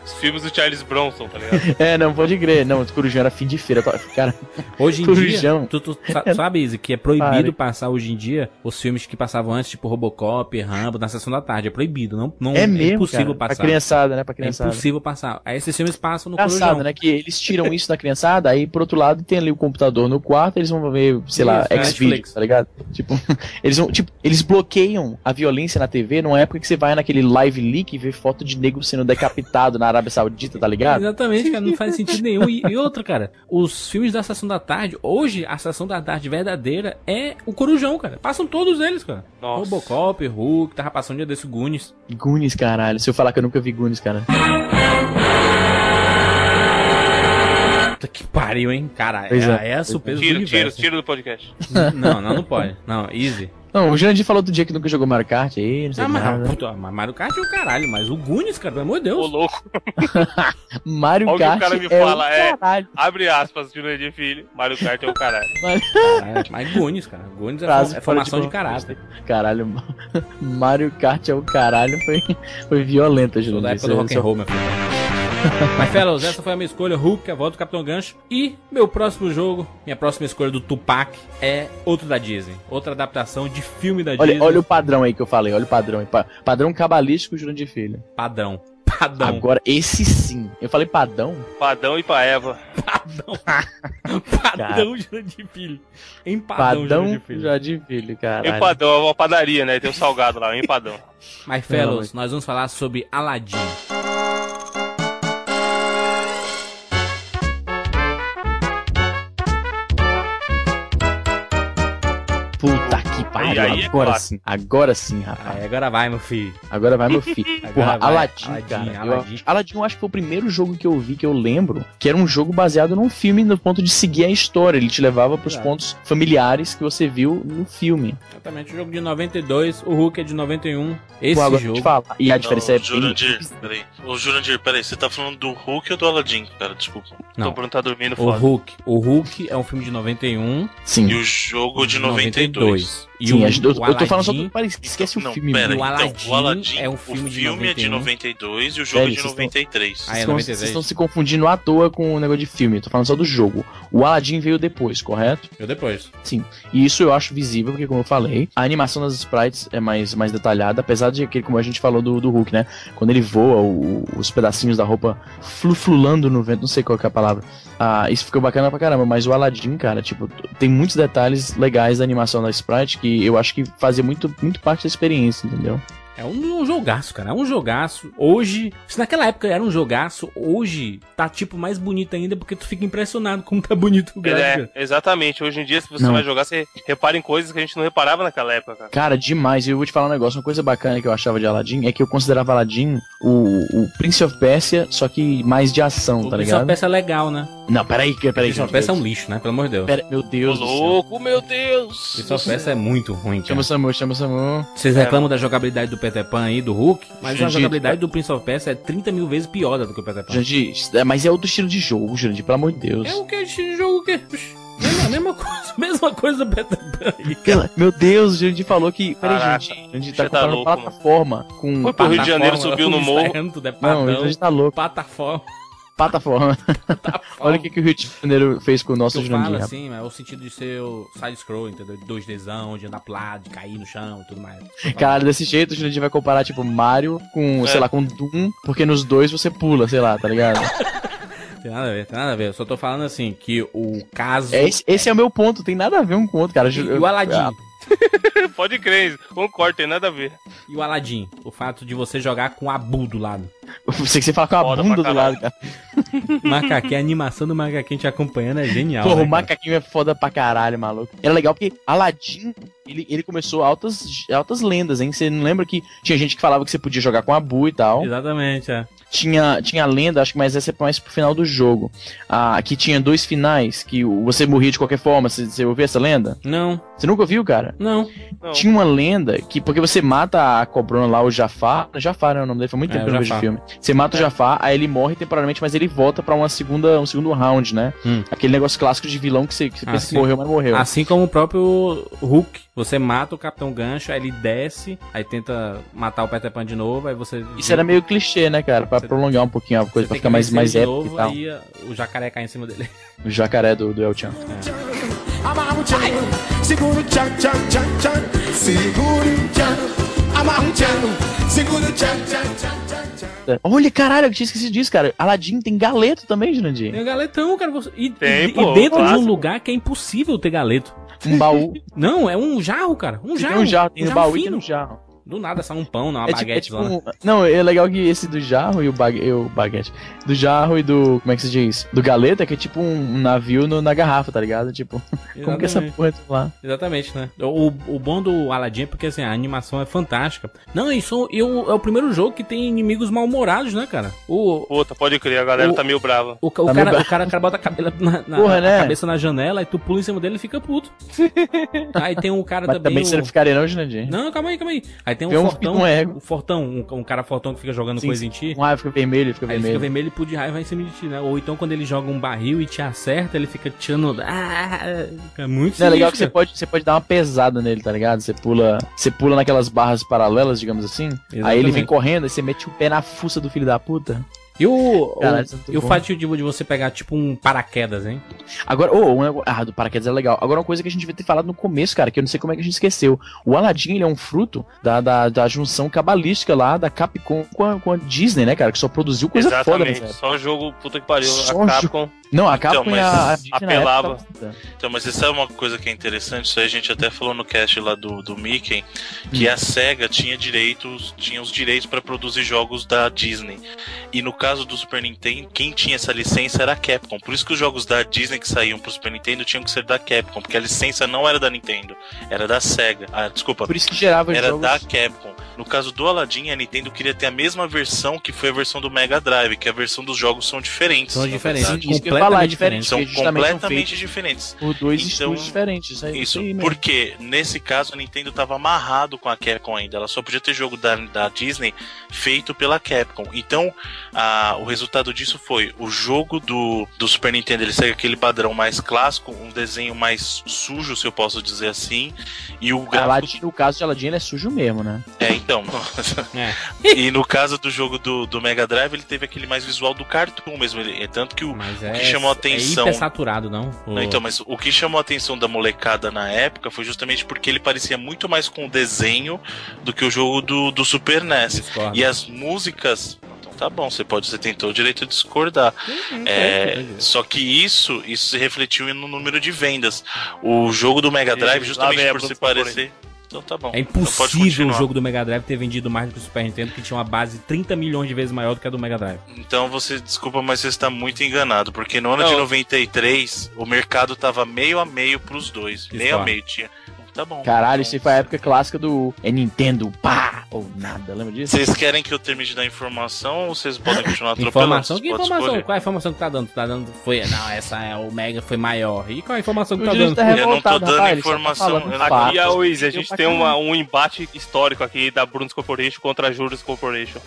C: Os filmes do Charles Bronson, tá ligado?
B: É, não, pode crer. Não, o Corujão era fim de feira. tá- Cara,
A: Hoje em
B: Corujão.
A: dia, tu, tu sa- sabe, Izzy, que é proibido
B: Pare.
A: passar hoje em dia os filmes que passavam antes, tipo Robocop, Rambo, na sessão da tarde. É proibido, não, não
B: é mesmo.
A: impossível
B: cara, Pra
A: passar.
B: criançada, né? Pra
A: É
B: criançada.
A: impossível passar. Aí esses filmes passam no
B: Engraçado,
A: Corujão.
B: né? Que eles tiram isso da criançada, aí por outro lado tem ali o computador no quarto, eles vão ver, sei lá,
A: Isso,
B: X-Videos,
A: Netflix.
B: tá ligado? Tipo, eles vão, tipo, eles bloqueiam a violência na TV numa época que você vai naquele live leak e vê foto de negro sendo decapitado na Arábia Saudita, tá ligado?
A: Exatamente, cara, não faz sentido nenhum. E, e outra, cara, os filmes da sessão da tarde, hoje a sessão da tarde verdadeira é o Corujão, cara. Passam todos eles, cara.
C: Nossa.
A: Robocop, Hulk, tava passando dia desse Goonies.
B: Goonies, caralho. Se eu falar que eu nunca vi Goonies, cara.
A: Puta que pariu, hein? Cara,
B: Pois
A: é,
B: é.
A: é a surpresa do
C: Tiro, tiro,
A: universo.
C: tiro do podcast.
A: Não, não, não pode. Não, easy.
B: Não, o Jandir falou do dia que nunca jogou Mario Kart aí, não sei
A: Ah, mas,
B: nada.
A: puta, mas Mario Kart é o caralho, mas o Goonies, cara, pelo amor de
C: Ô,
A: Deus.
C: louco.
B: Mario
C: Olha o que o
B: Kart
C: cara me
B: é
C: fala, é.
B: o caralho.
C: Abre aspas, Jurandir Filho. Mario Kart é o caralho.
A: Caralho, mas Goonies, cara. Goonies é,
B: Frase
A: fo- é
B: fora de
A: formação de,
B: contexto.
A: caráter.
B: Caralho, Mario Kart é o caralho foi, foi violenta,
A: Sou da
B: Jurandir.
A: época do
B: Você-
A: rock'n'roll, meu filho. é Mas, fellas, essa foi a minha escolha. Hulk, a volta do Capitão Gancho. E meu próximo jogo, minha próxima escolha do Tupac é outro da Disney. Outra adaptação de filme da
B: Olha,
A: Disney.
B: olha o padrão aí que eu falei, olha o padrão. aí. Pa- Padrão cabalístico Jurandir Filho.
A: Padrão. Padrão.
B: Agora, esse sim. Eu falei padrão?
C: Padão e Paeva.
A: Padrão Jurandir Filho. Em Padrão,
B: Padrão
A: Jurandir Filho.
B: Jurandir Filho, caralho.
C: Empadão é uma padaria, né? Tem um salgado lá, um empadão.
A: Mas, fellas, nós vamos falar sobre Aladdin.
B: Puta que pariu.
C: aí é
B: agora
C: clássico.
B: sim. Agora sim, rapaz.
A: Aí, agora vai, meu filho.
B: Agora vai meu filho.
A: Agora
B: Porra,
A: vai.
B: Aladdin,
A: Aladdin,
B: cara.
A: Aladdin.
B: Aladdin. Eu, Aladdin, eu acho que foi o primeiro jogo que eu vi que eu lembro, que era um jogo baseado num filme no ponto de seguir a história. Ele te levava pros
A: Claro.
B: pontos familiares que você viu no filme.
A: Exatamente, o jogo de 92, o Hulk é de 91. Esse
B: Pô, agora eu te
A: jogo.
B: falo. E a diferença
D: Não,
B: é bem...
D: Jurandir, peraí. Ô, Jurandir, peraí, você tá falando do Hulk ou do Aladdin, cara? Desculpa.
B: Hum.
A: Não.
C: O Bruno tá dormindo
A: O é
C: foda.
A: Hulk. O Hulk é um filme de 91
D: E
B: Sim.
D: o jogo de
A: de
D: 92.
A: E
B: Sim.
A: o
B: Sim, as duas-
A: O
B: eu tô falando só
A: Aladdin-
B: do. Para, esquece o
D: Não,
B: filme.
D: pera,
B: meu.
A: O
D: então,
A: Aladdin
D: o Aladdin,
A: é um
D: o
A: filme
D: filme,
A: de
D: é de 92 e o jogo
B: Velho,
D: é de
B: vocês tão-
D: 93.
A: Ah, é,
B: Vocês estão-
A: 96.
B: Vocês estão se confundindo à toa com o negócio de filme. Tô falando só do jogo. O Aladdin veio depois, correto?
A: Eu depois.
B: E isso eu acho visível, porque como eu falei, a animação das sprites é mais, mais detalhada, apesar de que, como a gente falou do, do Hulk, né? Quando ele voa, o- os pedacinhos da roupa fluflulando no vento, não sei qual que é a palavra. Ah, isso ficou bacana pra caramba, mas o Aladdin, cara, tipo, t- tem muitos detalhes legais da animação da Sprite que eu acho que fazia muito, muito parte da experiência, entendeu?
A: É um, um jogaço, cara. É um jogaço. Hoje, se naquela época era um jogaço, hoje tá tipo mais bonito ainda porque tu fica impressionado como tá bonito o gráfico.
C: É, exatamente. Hoje em dia, se você
B: Não.
C: vai jogar, você repara em coisas que a gente não reparava naquela época, cara.
B: Cara, demais. E eu vou te falar um negócio. Uma coisa bacana que eu achava de Aladdin é que eu considerava Aladdin o, o Prince of Persia, só que mais de ação, tá
A: O Prince of
B: ligado?
A: Persia é legal, né?
B: Não, peraí, que-
A: O
B: peraí.
A: Prince of
B: gente,
A: Persia é um lixo, né? Pelo amor de Deus.
B: Pera, meu
C: Ô,
B: Deus do céu.
C: louco, meu
A: O
C: Deus!
A: Prince of Persia é muito ruim, cara.
B: Chama É. o Samu, chama o Samu.
A: Vocês reclamam da jogabilidade do Peter Pan aí, do Hulk, mas a
B: Jandito,
A: jogabilidade do Prince of Persia é 30 mil vezes pior do que o Peter Pan.
B: Jandir, isso é- mas é outro estilo de jogo, Jandir, pelo amor de Deus.
A: É o que? Esse jogo que. Mesma, mesma coisa, mesma coisa do Peter Pan aí, cara.
B: Pela- Meu Deus, o Jandir falou que. Peraí,
C: Caraca,
B: Jandir, Jandir
C: você
B: tá
C: tá
B: comparando
C: louco,
B: plataforma com.
C: Foi pro Rio de Janeiro,
A: Plataforma,
C: subiu no morro.
A: Inferno, tudo é
B: Não, o
A: padrão,
B: Jandir tá louco.
A: plataforma.
B: Plataforma. Olha o que, que o Rio de Janeiro fez com o
A: que
B: nosso
A: eu falo
B: Jandir.
A: assim, é o sentido de ser o side-scroll, entendeu? De 2Dzão, de andar pro lado, de cair no chão e tudo mais.
B: Cara, desse jeito o Jandir vai comparar, tipo, Mario com, sei lá, com Doom, porque nos dois você pula, sei lá, tá ligado?
A: Tem nada a ver, tem nada a ver. Eu só tô falando assim, que o caso.
B: É, esse, esse é o meu ponto, tem nada a ver um com o outro, cara.
A: E o Aladdin.
C: Pode crer, concordo, tem nada a ver.
A: E o Aladdin. O fato de você jogar com o Abu do lado.
B: Ah, Você que você fala com a
C: Foda
B: bunda
C: pra
B: do lado, cara.
A: Macaquinho, a animação do macaquinho te acompanhando é genial.
B: Porra,
A: né,
B: o
A: cara?
B: macaquinho é foda pra caralho, maluco. Era legal porque Aladdin, ele, ele começou altas, altas lendas, hein? Você não lembra que tinha gente que falava que você podia jogar com a Bu e tal.
A: Exatamente, é.
B: Tinha, tinha lenda, acho que mas essa é mais pro final do jogo. Ah, que tinha dois finais, que o- você morria de qualquer forma. Você, você ouviu essa lenda?
A: Não,
B: Você nunca ouviu, cara?
A: não.
C: Não.
B: Tinha uma lenda que, porque você mata a cobrona lá, o Jafar. Jafar é o nome dele, foi muito
A: É,
B: tempo que eu
A: o
B: não vejo
A: Jafar. É.
B: filme. Você mata o Jafar, aí ele morre temporariamente, mas ele volta pra uma segunda, um segundo round, né?
A: Hum.
B: Aquele negócio clássico de vilão que você, que você
A: Ah,
B: pensa que
A: sim.
B: morreu, mas não morreu.
A: Assim como o próprio Hulk. Você mata o Capitão Gancho, aí ele desce, aí tenta matar o Peter Pan de novo, aí você.
B: Isso era meio clichê, né, cara? Pra
A: Você-
B: prolongar um pouquinho a
A: Você
B: coisa, pra
A: tem
B: ficar
A: que
B: mais,
A: vencer
B: mais
A: de
B: épico
A: novo,
B: e tal.
A: Aí ah, o jacaré cai em cima dele.
B: O jacaré do, do El Chan.
H: Amarra um tchan, segura o tchan, tchan, tchan, tchan, segura o tchan, amarra um tchan, segura o tchan, tchan, tchan, tchan, tchan.
B: Olha, caralho, eu tinha esquecido disso, cara. Aladdin tem galeto também, Jurandir.
A: Tem o galetão, cara. você- E,
C: Tem,
A: e- e
C: pô,
A: dentro de um
C: clássico.
A: lugar que é impossível ter galeto.
B: Um baú.
A: Não, é um jarro, cara. Um jarro.
B: tem um jarro,
H: é
B: tem um baú e tem
A: fino.
B: um jarro.
A: Do nada sai um pão, não, uma
B: é tipo, é
A: baguete.
B: tipo
A: lá, né?
B: um- Não, é legal que esse do jarro e o, bague... e o baguete. Do jarro e do. Como é que se diz? Do galeto é que é tipo um um navio no- na garrafa, tá ligado? Tipo, como que essa
A: Exatamente.
B: porra tá lá?
A: Exatamente, né? O, o bom do Aladdin é porque assim, a animação é fantástica. Não, isso eu, é o primeiro jogo que tem inimigos mal-humorados, né, cara? O,
C: Puta, pode crer, a galera
A: O-
C: tá meio brava.
A: O, ca- o
B: Tá meio
A: cara,
B: ba-
A: o cara, cara bota a, cabela na, na-
B: Porra,
A: a
B: né?
A: cabeça na janela e tu pula em cima dele e fica puto. Aí tem um cara
B: Mas
A: também.
B: também você
A: o-
B: não ficaria, não, Jurandir?
A: Não, calma aí, calma aí. Aí tem um
B: Vê um-
A: fortão.
B: um ego.
A: um fortão, um, um cara fortão que fica jogando
B: Sim,
A: coisa em ti.
B: Um raio fica vermelho, fica
A: Aí ele fica
B: vermelho.
A: vermelho e pulo de raiva em cima de ti, né? Ou então quando ele joga um barril e te acerta, ele fica tirando. Ah, é muito
B: Não, é legal
A: sinistro.
B: que você pode, você pode dar uma pesada nele, tá ligado? Você pula, você pula naquelas barras paralelas, digamos assim. Aí ele vem
A: Exatamente.
B: correndo, aí você mete o pé na fuça do filho da puta.
A: E o.
B: Caralho,
A: o-
B: isso é muito
A: e o
B: bom.
A: fato de, de você pegar tipo um paraquedas, hein?
B: Agora, ô, um negócio. Ah, do paraquedas é legal. Agora, uma coisa que a gente devia ter falado no começo, cara, que eu não sei como é que a gente esqueceu. O Aladdin, ele é um fruto da, da, da junção cabalística lá da Capcom com a, com a Disney, né, cara? Que só produziu coisa
C: Exatamente.
B: foda, né?
C: Só jogo, puta que pariu.
B: Só
C: a Capcom.
B: Não, a Capcom
D: Então,
B: e a, a
D: mas
B: Disney na época
C: apelava.
B: tava-
D: Então, mas você sabe uma coisa que é interessante? Isso aí a gente até falou no cast lá do, do Mickey, que a SEGA tinha direitos, tinha os direitos para produzir jogos da Disney. E no caso do Super Nintendo, quem tinha essa licença era a Capcom. Por isso que os jogos da Disney que saíam pro Super Nintendo tinham que ser da Capcom, porque a licença não era da Nintendo, era da SEGA. Ah, desculpa,
B: Por isso que gerava
D: era
B: jogos.
D: da Capcom. No caso do Aladdin, a Nintendo queria ter a mesma versão que foi a versão do Mega Drive, que a versão dos jogos são diferentes.
A: São
D: na
A: diferentes,
D: verdade.
B: isso que eu ia
A: completamente
B: falar, é
A: diferente.
B: diferente.
D: São
B: que justamente são
D: completamente
B: feitos-
D: diferentes.
B: Por dois
D: Então,
B: estudos diferentes. É isso,
D: Isso,
B: aí mesmo.
D: porque nesse caso a Nintendo tava amarrado com a Capcom ainda. Ela só podia ter jogo da, da Disney feito pela Capcom. Então, a- o resultado disso foi o jogo do, do Super Nintendo. Ele segue aquele padrão mais clássico, um desenho mais sujo, se eu posso dizer assim. E o
B: Ah,
D: gráfico.
B: Aladdin, no caso de Aladdin, ele é sujo mesmo, né?
D: É, então.
A: É.
D: e no caso do jogo do, do Mega Drive, ele teve aquele mais visual do cartoon mesmo. Ele, é tanto que o,
A: Mas
D: o
A: é,
D: que chamou a
A: é
D: atenção.
A: hiper saturado, não? O-
D: Não, então, mas o que chamou a atenção da molecada na época foi justamente porque ele parecia muito mais com o desenho do que o jogo do, do Super NES.
A: Discordo.
D: E as músicas. Então tá bom, você pode, você tem todo o direito de discordar.
A: Não sei,
D: É,
A: tudo bem.
D: só que isso, isso se refletiu no número de vendas. O jogo do Mega Drive,
I: Ih, lá
D: justamente
I: vem a
D: por se
I: Brooks Favorite.
D: parecer. Então tá bom.
A: É
D: Então pode
A: impossível o
D: continuar.
A: jogo do Mega Drive ter vendido mais do que o Super Nintendo, que tinha uma base 30 milhões de vezes maior do que a do Mega Drive.
D: Então você desculpa, mas você está muito enganado, porque no ano de
I: Não.
D: 93 o mercado tava meio a meio pros dois. Meio
A: Discordo.
D: a meio tinha. Tá bom.
B: Caralho,
D: Então,
B: isso aí foi a época clássica do é Nintendo, pá! Ou nada, lembra disso?
D: Vocês querem que eu termine de dar informação ou vocês podem continuar atropelando?
A: Informação?
D: Vocês
A: Que
D: podem
A: informação?
D: escolher.
A: Qual é a informação que tá dando? Tá dando. Foi. Não, essa é o Mega foi maior. E qual é a informação que
B: O
A: tá
B: Júlio
A: dando?
B: tá
D: Eu não tô
B: revoltado,
D: dando
B: rapaz, ele só tá
D: informação,
B: falando
D: eu não-
B: fatos.
I: Aqui,
C: é
I: a Wiz, a
B: Deu
I: gente
B: pra
I: tem uma-
B: caralho.
I: um embate histórico aqui da Bruns Corporation contra a Juros Corporation.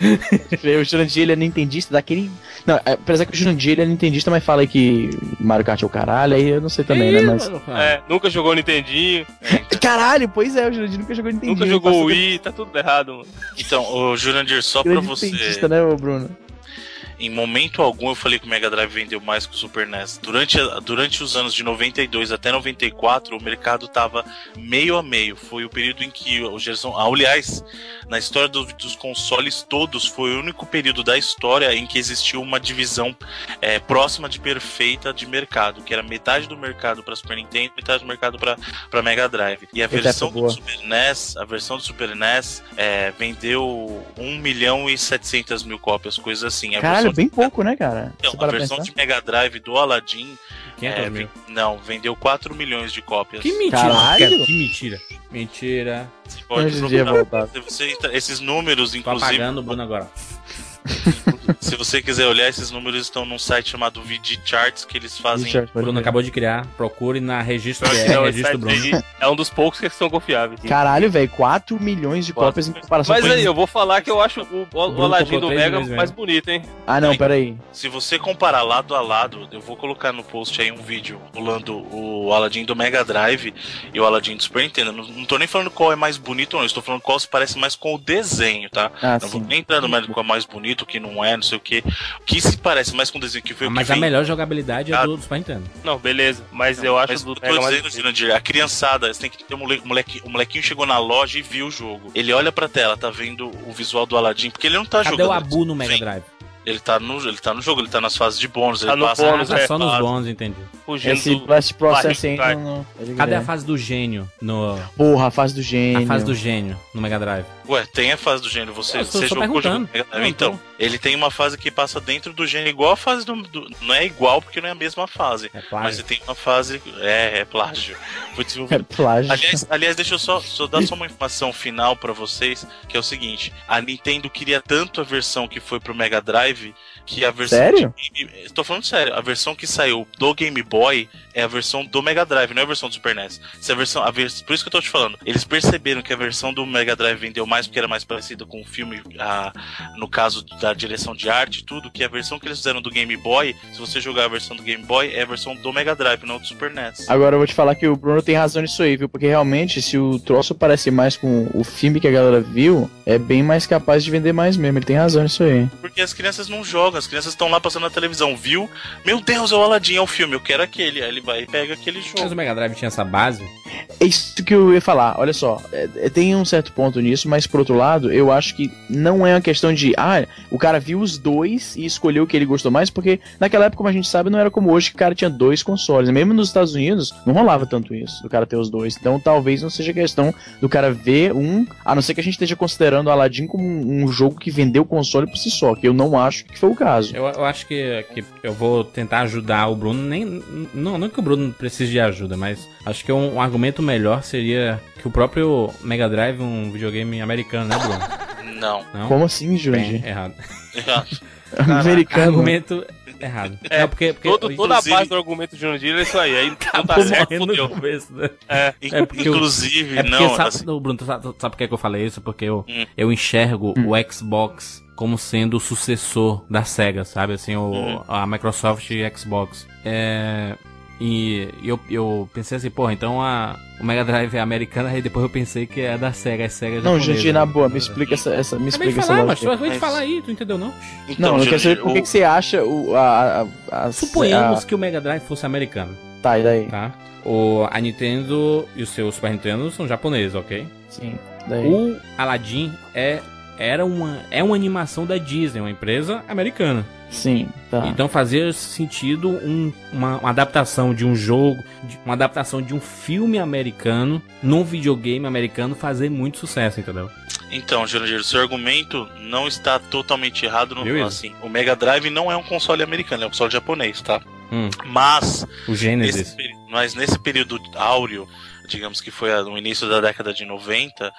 B: O Jurandir, ele é nintendista daquele... Não, é, apesar que o Jurandir, ele é nintendista, mas fala que Mario Kart é o caralho, aí eu não sei também, né, mas...
A: É.
I: É, nunca jogou Nintendinho,
B: Caralho, pois é, o Jurandir nunca jogou Nintendo. é
I: nunca jogou Wii, tá tudo errado, mano.
D: Então, ô, Jurandir, só pra
B: Grande
D: você.
B: nintendista, né, ô Bruno?
D: Em momento algum eu falei que o Mega Drive vendeu mais que o Super NES. Durante, a- durante os anos de 92 até 94, o mercado tava meio a meio. Foi o período em que o Gerson. Ah, aliás, na história do- dos consoles todos, foi o único período da história em que existiu uma divisão eh, próxima de perfeita de mercado, que era metade do mercado para Super Nintendo, metade do mercado para Mega Drive. E a
B: Eita,
D: versão do
B: boa.
D: Super NES, a versão do Super NES eh, vendeu 1 milhão e 700 mil cópias, coisa assim. A
B: Caralho,
D: versão
B: bem pouco, né, cara?
D: então,
B: Você
D: a
B: para
D: versão
B: pensar.
D: de Mega Drive do Aladdin
A: 500
D: é,
A: mil.
D: ven- não, vendeu 4 milhões de cópias.
A: Que mentira.
B: Caralho.
A: cara, Que mentira. Mentira.
D: Você pode
B: Hoje em dia
D: procurar.
B: voltado.
D: Se você entra- esses números,
A: Tô
D: inclusive,
A: apagando o Bruno agora.
D: se você quiser olhar, esses números estão num site chamado VG Charts que eles fazem.
B: Ixi, pode
A: O Bruno
B: ver.
A: acabou de criar. Procure na Registro BR,
I: Então, esse
A: Registro
I: site
A: É, Bruno.
I: aí é um dos poucos que são confiáveis.
B: Caralho, velho, 4 milhões de
D: Quatro.
B: cópias em comparação
I: Mas
B: com...
I: aí, eu vou falar que eu acho o, o
A: Bruno
I: Aladdin do
A: comprou três
I: Mega
A: vezes
I: mais
A: mesmo.
I: bonito, hein?
B: Ah, não, peraí.
D: Se você comparar lado a lado, eu vou colocar no post aí um vídeo rolando o Aladdin do Mega Drive e o Aladdin do Super Nintendo. Não, não tô nem falando qual é mais bonito, não. Estou falando qual se parece mais com o desenho, tá?
B: Ah,
D: Não vou
A: Assim.
B: sim.
D: nem entrar no mérito com a mais bonito, que não é, não sei o que. O que se parece mais com o desenho que foi
A: Ah,
D: o que
A: Mas a
D: vem-
A: melhor jogabilidade é
D: Ah.
A: do do Super Nintendo.
I: Não, beleza, mas eu acho
D: Mas
I: do
D: eu
I: Mega
D: tô
I: mais
D: dizendo,
I: bonito.
D: Jurandir, a criançada, você tem que ter um moleque, moleque- o molequinho chegou na loja e viu o jogo. Ele olha pra tela, tá vendo o visual do Aladdin, porque ele não tá
A: Cadê
D: jogando.
A: o Abu no
D: Sim,
A: Mega Drive?
D: Ele tá, no, ele tá no jogo, ele tá nas fases de bônus,
I: Tá
D: ele
I: no
D: passa
I: bônus,
A: Ah, tá
I: é,
A: só nos
I: faz.
A: bons, entendi.
I: Fugindo
B: Esse
I: do-
B: Blast Process
I: Barriga,
B: ainda não... não-
A: Cadê a fase do gênio no.
B: Porra, a fase do gênio.
A: A fase do gênio no Mega Drive.
D: Ué, tem a fase do gênio, você,
A: Eu tô-
D: você
A: tô
D: jogou o jogo
A: perguntando.
D: do Mega Drive?
A: Não,
D: Então, ele tem uma fase que passa dentro do gênio, igual a fase do. do- não é igual porque não é a mesma fase.
A: É
D: Mas
A: plágio.
D: você tem uma fase. É, é plágio. Foi
B: É
D: desenvolvido
B: plágio.
D: Aliás, aliás, deixa eu só, só dar só uma informação final pra vocês, que é o seguinte: a Nintendo queria tanto a versão que foi pro Mega Drive que a versão.
B: Sério?
D: de Game- Tô falando sério, a versão que saiu do Game Boy é a versão do Mega Drive, não é a versão do Super NES. Se a versão, a vers... Por isso que eu tô te falando. Eles perceberam que a versão do Mega Drive vendeu mais porque era mais parecida com o filme, a- no caso da direção de arte e tudo, que a versão que eles fizeram do Game Boy, se você jogar a versão do Game Boy, é a versão do Mega Drive, não do Super NES.
B: Agora eu vou te falar que o Bruno tem razão nisso aí, viu? Porque realmente, se o troço parece mais com o filme que a galera viu, é bem mais capaz de vender mais mesmo. Ele tem razão nisso aí.
D: Porque as crianças não jogam, as crianças estão lá passando na televisão, viu? Meu Deus, é o Aladdin, é o filme, eu quero aquele. Aí ele vai e pega aquele
A: Mas o
D: jogo.
A: Mega Drive tinha essa base.
B: É isso que eu ia falar. Olha só, é- é- tem um certo ponto nisso, mas por outro lado, eu acho que não é uma questão de, ah, o cara viu os dois e escolheu o que ele gostou mais, porque naquela época, como a gente sabe, não era como hoje que o cara tinha dois consoles. Mesmo nos Estados Unidos, não rolava tanto isso, do cara ter os dois. Então talvez não seja questão do cara ver um, a não ser que a gente esteja considerando o Aladdin como um, um jogo que vendeu o console por si só, que eu não acho que foi o caso.
A: Eu, eu acho que, que eu vou tentar ajudar o Bruno. Nem, não, não que o Bruno precise de ajuda, mas acho que um, um argumento melhor seria que o próprio Mega Drive é um videogame americano, né, Bruno?
D: Não.
A: Não?
B: Como assim,
A: Bem,
B: Jurandir?
A: errado.
B: Americano.
A: Argumento errado. É, porque, porque
I: Todo,
A: eu-
I: toda
D: inclusive-
I: a base do argumento de Jurandir é isso aí. Aí não tá
A: eu tô
I: certo,
A: morrendo
I: fudeu.
A: no começo, né?
D: É,
A: É porque eu-
D: inclusive,
A: É porque,
D: é, não.
A: sabe,
D: assim,
A: o Bruno, tu sabe, tu sabe por que que eu falei isso? Porque eu,
D: Hum.
A: eu enxergo o Xbox como sendo o sucessor da SEGA, sabe? Assim, o,
D: Hum.
A: a Microsoft e Xbox. É, e e eu, eu pensei assim, porra, então a, o Mega Drive é americana, aí depois eu pensei que é da SEGA, é SEG
B: Não, gente, na boa, me explica essa. essa me
A: né? Acabei de
B: explica essa
A: falar, mas
B: lógica.
A: tu acabei de
D: Mas-
A: falar aí, tu entendeu não?
B: Não,
D: então,
B: eu quero
D: Jurandir,
B: saber por que,
D: o-
B: que você acha o, a, a, a- ah.
A: Suponhamos que o Mega Drive fosse americano,
B: a- Tá, e daí?
A: tá? O, a Nintendo e o seu Super Nintendo são japoneses, ok?
B: Sim. Daí.
A: O Aladdin é era uma é uma animação da Disney, uma empresa americana.
B: Sim, tá.
A: Então fazia sentido um- uma, uma adaptação de um jogo, de- uma adaptação de um filme americano num videogame americano fazer muito sucesso, entendeu?
D: Então, Jurandir, seu argumento não está totalmente errado.
A: Viu
D: No,
A: isso?
D: assim, o Mega Drive não é um console americano, é um console japonês, tá?
A: Hum.
D: Mas,
A: O
D: nesse,
A: Gênesis.
D: peri- mas nesse período áureo, digamos que foi a- no início da década de 90,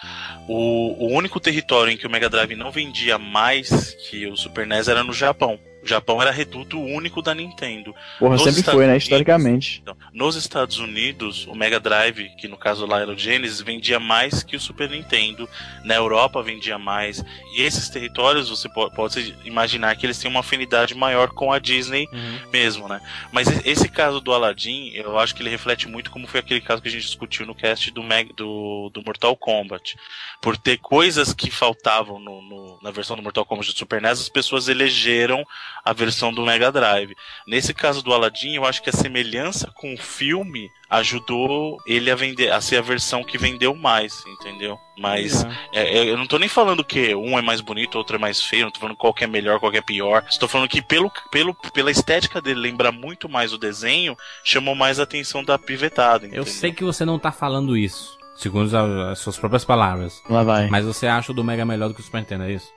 D: o, o único território em que o Mega Drive não vendia mais que o Super NES era no Japão. O Japão era reduto único da Nintendo.
B: Porra,
D: nos
B: sempre
D: Estados
B: foi, né?
D: Unidos-
B: Historicamente.
D: Então, nos Estados Unidos, o Mega Drive, que no caso lá era o Genesis, vendia mais que o Super Nintendo. Na Europa vendia mais. E esses territórios, você po- pode imaginar que eles têm uma afinidade maior com a Disney mesmo, né? Mas e- esse caso do Aladdin, eu acho que ele reflete muito como foi aquele caso que a gente discutiu no cast do, Meg- do, do Mortal Kombat. Por ter coisas que faltavam no- no- na versão do Mortal Kombat do Super NES, as pessoas elegeram a versão do Mega Drive. Nesse caso do Aladdin, eu acho que a semelhança com o filme ajudou ele a vender, a ser a versão que vendeu mais, entendeu? Mas
A: Ah.
D: é, é, eu não tô nem falando que um é mais bonito, outro é mais feio, não tô falando qual que é melhor, qual que é pior. Estou falando que pelo, pelo, pela estética dele lembrar muito mais o desenho, chamou mais a atenção da pivetada,
A: Eu
D: entendeu?
A: sei que você não tá falando isso, segundo as, as suas próprias palavras.
B: Lá vai.
A: Mas você acha o do Mega melhor do que o Super Nintendo, é isso?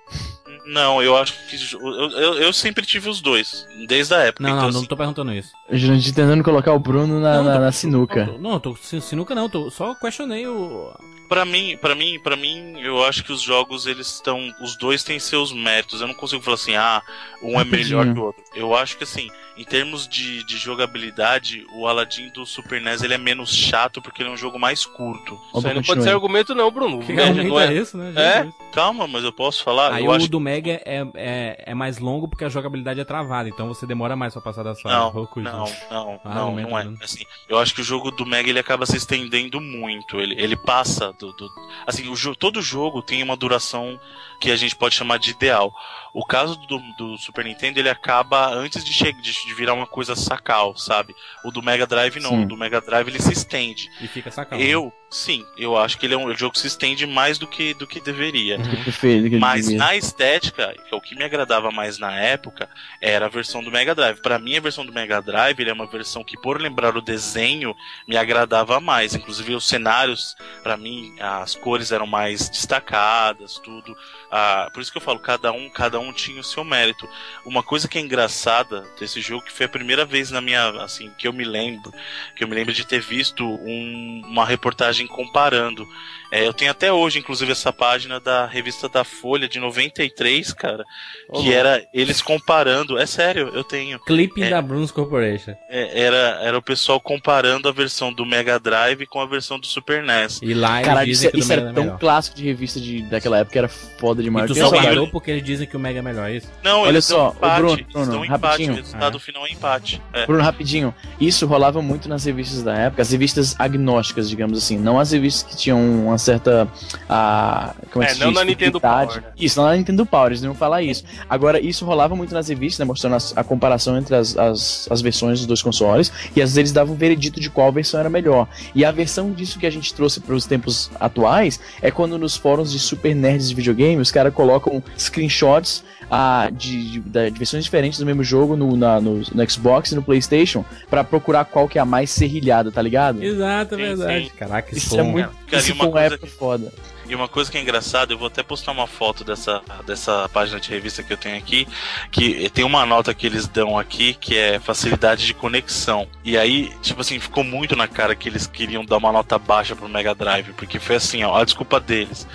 D: Não, eu acho que. Eu, eu, eu sempre tive os dois, desde a época.
A: Não,
D: então,
A: não, não
D: assim,
A: tô perguntando isso.
B: O Jurandir tentando colocar o Bruno na,
A: Não,
B: na,
A: tô-
B: na sinuca.
A: Não, tô- Não, tô sin- sinuca não, tô, só questionei o.
D: Pra mim, para mim, para mim, eu acho que os jogos eles estão, os dois têm seus méritos. Eu não consigo falar assim, ah, um é melhor que o outro. Eu acho que assim, em termos de, de jogabilidade, o Aladdin do Super NES ele é menos chato porque ele é um jogo mais curto.
B: Ó,
I: Isso aí não
B: continua
I: pode ser
B: aí.
I: argumento, não, Bruno.
A: Que
I: Não é-
A: realmente
I: não é-
A: é isso, né?
I: É?
A: Jesus.
D: Calma, mas eu posso falar.
A: Aí
D: Ah, eu
A: o
D: acho
A: do Mega é, é, é mais longo porque a jogabilidade é travada, então você demora mais pra passar da sala.
D: Não,
A: Roku,
D: Não,
A: isso.
D: não,
A: Ah,
D: não,
A: aumenta,
D: não é.
A: Bruno.
D: Assim, eu acho que o jogo do Mega ele acaba se estendendo muito. Ele, ele passa do, do- assim, o jo- todo jogo tem uma duração que a gente pode chamar de ideal. O caso do, do Super Nintendo ele acaba antes de, che- de, de virar uma coisa sacal, sabe? O do Mega Drive não.
B: Sim.
D: O do Mega Drive ele se estende.
A: E fica sacado.
D: Eu, sim, eu acho que ele é um o jogo que se estende mais do que do que deveria.
B: Que perfeito, que
D: Mas
B: devia.
D: na estética, que é o que me agradava mais na época era a versão do Mega Drive. Pra mim, a versão do Mega Drive ele é uma versão que, por lembrar o desenho, me agradava mais. Inclusive, os cenários, pra mim, as cores eram mais destacadas, tudo. Ah, por isso que eu falo, cada um, cada um tinha o seu mérito. Uma coisa que é engraçada desse jogo, que foi a primeira vez na minha, assim, que eu me lembro, que eu me lembro de ter visto um- uma reportagem comparando é, eu tenho até hoje, inclusive, essa página da revista da Folha de 93, cara,
I: Ô,
D: que
I: louco.
D: era eles comparando. É sério, eu tenho.
A: Clipe
D: É.
A: da Bruns Corporation.
D: É, era, era o pessoal comparando a versão do Mega Drive com a versão do Super NES.
A: E lá eles
B: Caralho, isso,
A: dizem que o do
B: isso
A: Mega
B: era
A: é
B: tão
A: melhor.
B: clássico de revista de, daquela época, era foda
A: E
B: demais.
A: tu
B: Eu
A: só
D: Pessoal,
B: tenho
A: parou
D: eu-
A: porque eles dizem que o Mega é melhor, é isso?
D: Não,
B: Olha
D: eles
B: só,
D: dão
B: o
D: empate,
B: Bruno,
D: eles
B: Bruno,
D: dão empate,
B: rapidinho.
D: o resultado final é empate. É.
B: Bruno, rapidinho. Isso rolava muito nas revistas da época, as revistas agnósticas, digamos assim. Não as revistas que tinham uma certa. ah, como é,
I: É,
B: que se
I: não
B: diz?
I: na Nintendo
B: Identidade.
I: Power, né?
B: Isso, não na Nintendo Power, eles não iam falar isso. Agora, isso rolava muito nas revistas, né, mostrando as- a comparação entre as, as, as versões dos dois consoles. E às vezes eles davam um veredito de qual versão era melhor. E a versão disso que a gente trouxe para os tempos atuais é quando nos fóruns de super nerds de videogame os caras colocam screenshots ah, de, de- da- de versões diferentes do mesmo jogo no, na- no, no Xbox e no PlayStation pra procurar qual que é a mais serrilhada, tá ligado?
A: Exato, é
D: Sim,
A: verdade.
D: sim.
A: Caraca, isso,
B: Isso
A: foi
B: é
A: um-
B: muito.
D: Cara, e
B: Isso
D: uma
B: foi uma
D: coisa
B: época foda.
D: E uma coisa que é engraçada, eu vou até postar uma foto dessa, dessa página de revista que eu tenho aqui, que tem uma nota que eles dão aqui que é facilidade de conexão. E aí, tipo assim, ficou muito na cara que eles queriam dar uma nota baixa pro Mega Drive, porque foi assim, ó, a desculpa deles.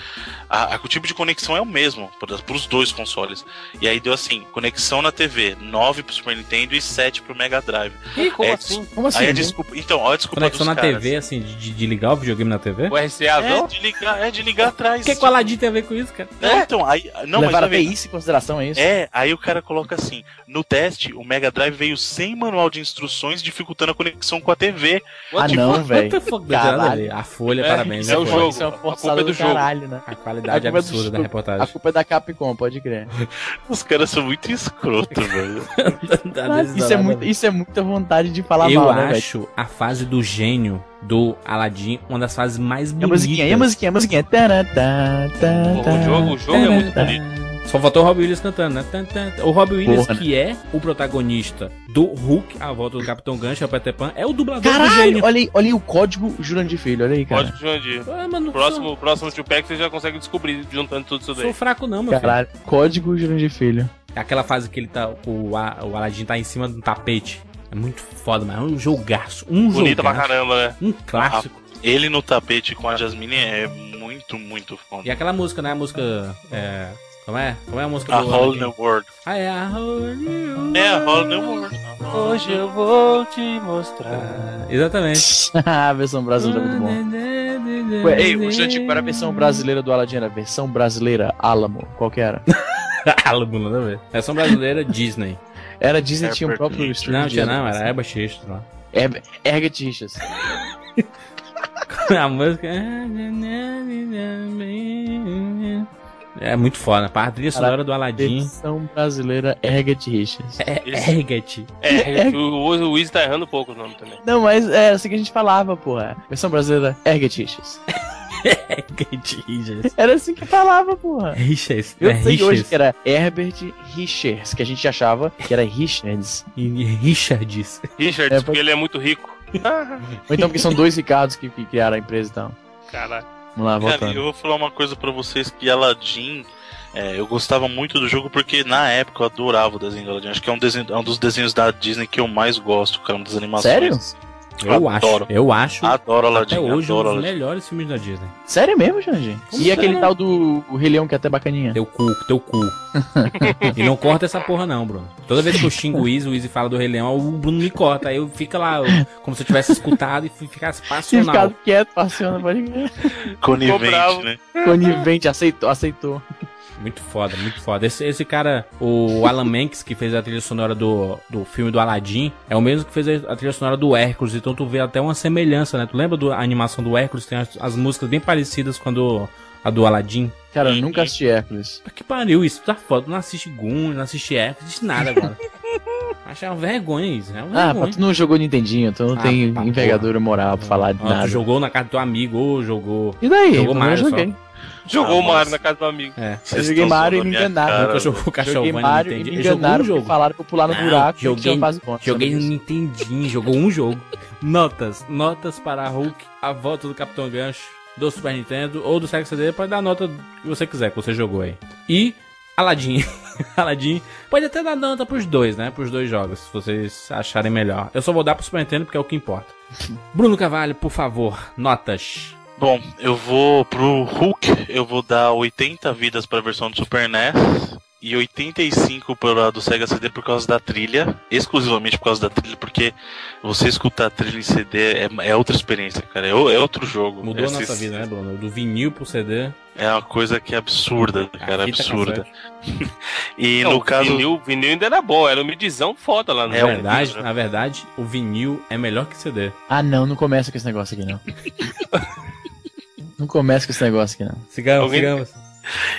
D: a- a- o tipo de conexão é o mesmo para os dois consoles. E aí deu assim, conexão na TV, 9 pro Super Nintendo e 7 pro Mega Drive.
I: Ih, como
D: É,
I: assim?
B: Como assim?
D: aí a
B: né?
D: desculpa, então, olha a desculpa
A: Conexão
D: dos
A: na
D: caras.
A: TV, assim, de, de- de ligar o videogame na TV?
I: O RCAzão?
D: É, de ligar, é de ligar atrás.
A: O que, que o Aladdin tem a ver com isso, cara?
D: Não, então, aí, não, mas
B: Levaram
D: na
B: até
D: verdade-
B: isso em consideração, é isso?
D: É, aí o cara coloca assim: no teste, o Mega Drive veio sem manual de instruções, dificultando a conexão com a TV.
B: ah,
D: tipo,
B: não, velho.
A: What the fuck, doideira
B: Caralho.
A: dele? A Folha,
I: É,
A: parabéns.
I: isso é
D: um
A: né,
I: o
A: Folha?
I: jogo.
B: Isso é uma
I: a
B: forçada
I: culpa é do
B: do caralho, né?
A: A
B: A
A: qualidade
B: culpa é do
A: absurda da
B: jogo. A
A: reportagem.
B: culpa é da Capcom, pode crer.
D: Os caras são muito escroto, velho.
A: Às vezes dá
B: Isso é,
A: nada,
B: muito,
A: velho.
B: isso é muita vontade de falar
A: Eu
B: mal, né, velho?
A: acho a fase do gênio do Aladdin uma das fases mais
B: E a
A: bonitas.
B: musiquinha, e a musiquinha, e a musiquinha. Tará, tá, tá,
I: O jogo, o jogo é muito
B: tá.
I: bonito.
A: Só faltou o Robbie Williams cantando, né? Tan, tan, tan. O Robbie Williams,
B: Porra, né?
A: que é o protagonista do Hulk, a volta do Capitão Gancho, é o Peter Pan, é o dublador do
B: Caralho,
A: gênio.
B: olha aí, olha aí o código Jurandir Filho, olha aí, cara.
I: Pode Jurandir.
A: Ah, mano,
I: Próximo, próximo Tio Pack você já consegue descobrir juntando tudo isso
A: sou, sou
I: daí.
A: fraco não, meu filho.
B: Caralho, código Jurandir Filho.
A: Aquela fase que ele tá, o, A- o Aladdin tá em cima de um tapete. É muito foda, mas é um jogaço. Um
I: Bonita pra
A: jogaço.
I: caramba, né?
A: Um clássico.
D: Ele no tapete com a Jasmine é muito, muito foda.
A: E aquela música, né? A música. É, como é? Como é a música
D: A
A: do
D: Whole
A: Aladdin?
D: New World.
A: Ah, é a Whole New
D: É, a
B: Ah,
D: Whole
A: World.
D: New
B: tá
D: World.
I: Hoje eu vou te mostrar.
A: Ah, Exatamente.
B: a versão
D: um
B: brasileira é muito bom. Ué, ei, o Jurandir, qual era a versão brasileira do Aladdin? Era a versão brasileira Alamo, qual que era?
A: Alamo, Ah, nada a ver. É Versão brasileira Disney.
B: Era Disney, tinha o
D: Herbert
B: próprio
D: Richards.
B: stream
A: Não,
B: de
A: tinha não,
B: Disney.
A: era Eba Xista lá.
B: Herb- Herbert Richards.
A: A música. É muito foda. pá. A trilha sonora do Aladdin.
B: Versão brasileira Herbert Richards.
A: É
I: Esse-
A: Erget.
I: É, o, o o Wiz tá errando pouco os nomes também.
B: Não, mas é assim que a gente falava, porra. Versão brasileira Herbert Richards.
A: Erget Richards.
B: Era assim que falava, porra.
A: Richards.
B: Eu
A: É
B: sei hoje
A: Richards.
B: que era Herbert Richards, que a gente achava que era Richards.
D: é-
A: E- Richards.
I: Richard,
B: É,
I: porque ele é muito rico.
B: Ou então porque são dois Ricardos que, que criaram a empresa e tal.
I: Caralho.
B: Vamos lá,
D: Cara,
B: voltando.
D: eu vou falar uma coisa pra vocês que Aladdin. é, eu gostava muito do jogo porque na época eu adorava o desenho do Aladdin. Acho que é um, desenho, é um dos desenhos da Disney que eu mais gosto, cara. Uma das animações.
B: Sério?
A: Eu
D: Adoro.
A: acho. Eu acho.
D: Adoro Aladdin.
A: Até hoje, um
D: adoro
A: dos
D: Aladdin.
A: melhores filmes da Disney.
B: Sério mesmo, Janji?
A: Como
B: E aquele
A: sério?
B: tal do o Rei Leão que é até bacaninha.
A: Teu cu, teu cu. e não corta essa porra, não, Bruno. Toda vez que eu xingo o Izzy, o Izzy fala do Rei Leão, o Bruno me corta. Aí eu fico lá, eu- como se eu tivesse escutado e fui- ficasse
B: Se
A: passional.
B: ficado quieto, passeando, pode crer.
I: Ficou
D: Conivente,
I: bravo.
D: né?
B: Conivente, aceitou, aceitou.
A: Muito foda, muito foda. Esse, esse cara, o Alan Menks, que fez a trilha sonora do, do filme do Aladdin, é o mesmo que fez a trilha sonora do Hércules. Então tu vê até uma semelhança, né? Tu lembra da animação do Hércules? Tem as, as músicas bem parecidas quando a do Aladdin.
B: Cara, eu
D: Uhum.
B: nunca assisti Hércules.
A: Pra que pariu isso? Tá foda. Tu não assiste Goon, não assiste Hércules, assiste nada agora. Achei uma vergonha isso. É uma
B: Ah,
A: vergonha.
B: pá, tu não jogou Nintendinho, tu não
A: Ah,
B: tem
A: pá,
B: envergadura moral pra falar de
A: Ah,
B: nada.
A: Tu jogou na casa do teu amigo, ou jogou.
B: E daí?
A: Jogou
B: Eu
A: Mario só.
B: joguei.
I: Jogou
D: Ah,
I: o Mario
D: mas-
I: na casa do amigo.
D: Vocês
B: joguei
D: estão
B: Mario e
D: zoando
B: me
D: a minha
B: enganaram.
D: cara,
A: Nunca jogou o
B: Joguei
A: Castlevania,
B: Mario e
A: entendi.
B: me
A: Ele jogou um
B: enganaram
A: jogo.
B: porque falaram pra eu né? pular no
A: Não,
B: buraco e
A: joguei- um
B: tinha mais pontos.
A: Joguei no Nintendinho, jogou um jogo. Notas, notas para Hulk, a volta do Capitão Gancho, do Super Nintendo ou do Sega CD, pode dar a nota que você quiser, que você jogou aí. E Aladdin. Aladdin. Pode até dar nota pros dois, né? Pros dois jogos, se vocês acharem melhor. Eu só vou dar pro Super Nintendo porque é o que importa. Bruno Carvalho, por favor, notas.
D: Bom, eu vou pro Hulk, eu vou dar 80 vidas pra versão do Super NES e 85 pra do Sega CD por causa da trilha, exclusivamente por causa da trilha, porque você escutar a trilha em CD é, é outra experiência, cara, é, o- é outro jogo.
A: Mudou a
D: Esse-
A: nossa vida, né, Bruno? Do vinil pro CD.
D: É uma coisa que é absurda, cara,
A: a fita
D: absurda.
A: cassete.
D: E
I: Não,
D: no caso,
I: Vinil, vinil ainda era bom, era um midizão foda lá no
A: Na
D: É, o
A: verdade,
D: vinil, né?
A: na verdade, o vinil é melhor que CD.
B: Ah, não, não começa com esse negócio aqui, não. não começa com esse negócio aqui, não.
A: Sigamos,
I: Alguém-
A: sigamos.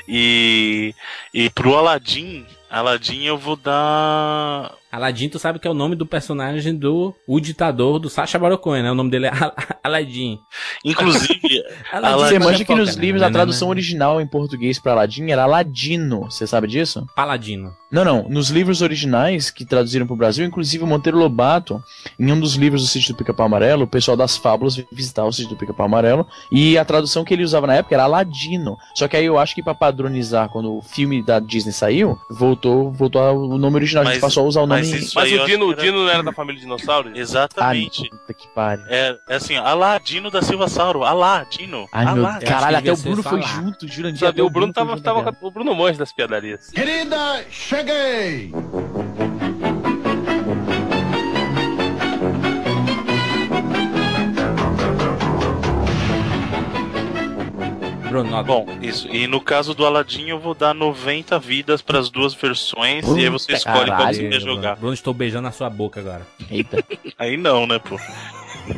D: e, e pro Aladdin, Aladdin eu vou dar...
A: Aladdin, tu sabe que é o nome do personagem do o ditador do Sacha Baron Cohen, né? O nome dele é Al- Aladdin.
D: Inclusive,
B: Você
D: Aladdin, é
B: manja que nos
A: Foca, né?
B: livros
A: Né,
B: a
A: né,
B: tradução
A: né.
B: original em português pra Aladdin era Aladino, você sabe disso?
A: Paladino.
B: Não, não, nos livros originais que traduziram pro Brasil, inclusive o Monteiro Lobato, em um dos livros do Sítio do Pica-Pau Amarelo, o pessoal das fábulas veio visitar o Sítio do Pica-Pau Amarelo, e a tradução que ele usava na época era Aladino. Só que aí eu acho que pra padronizar, quando o filme da Disney saiu, voltou, voltou ao nome original, a gente
D: Mas-
B: passou a usar o nome Mas
D: Mas isso
C: Mas
D: aí eu
C: o
D: acho
C: Dino, o
D: que era- um
C: Dino não era da família dinossauro?
B: Ali,
D: Exatamente.
B: puta que pariu.
D: É, é assim, alá, Dino da Silva Sauro, alá, Dino,
B: Ai, meu
D: alá.
B: Deus. caralho, até
A: devia
B: o
A: ser
B: Bruno foi
A: falar.
B: junto, Jurandir.
C: Sabe,
B: até
C: o Bruno
B: foi
C: tava,
B: junto
C: tava
B: dela.
C: com a- o Bruno Monge das piadarias.
H: Querida, cheguei!
A: Bruno, nota.
D: Tá Bom, isso. E no caso do Aladdin, eu vou dar 90 vidas para as duas versões e aí você
B: Puta
D: escolhe qual
B: caralho,
D: você
A: Aí,
D: quer jogar.
A: Bruno, estou beijando a sua boca agora.
B: Eita.
D: Aí não, né, pô?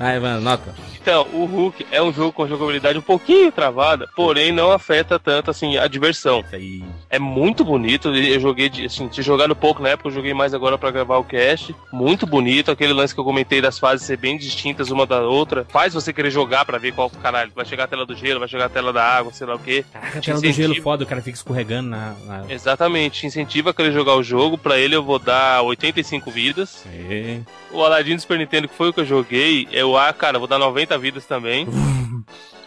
A: Aí, mano, nota.
C: Então, o Hulk é um jogo com jogabilidade um pouquinho travada, porém não afeta tanto assim a diversão.
A: Aí.
C: É muito bonito, e eu joguei de, assim, tinha jogado pouco na época, eu joguei mais agora pra gravar o cast. Muito bonito, aquele lance que eu comentei das fases ser bem distintas uma da outra. Faz você querer jogar pra ver qual caralho, vai chegar a tela do gelo, vai chegar a tela da água, sei lá o quê.
A: Caraca, a
C: Te
A: tela do gelo
C: incentiva.
A: foda, o cara fica escorregando na. na...
C: Exatamente, te incentiva a querer jogar o jogo, pra ele eu vou dar 85 vidas.
A: Aê.
C: O Aladdin do Super Nintendo, que foi o que eu joguei, eu, ah, cara, vou dar 90 vidas também.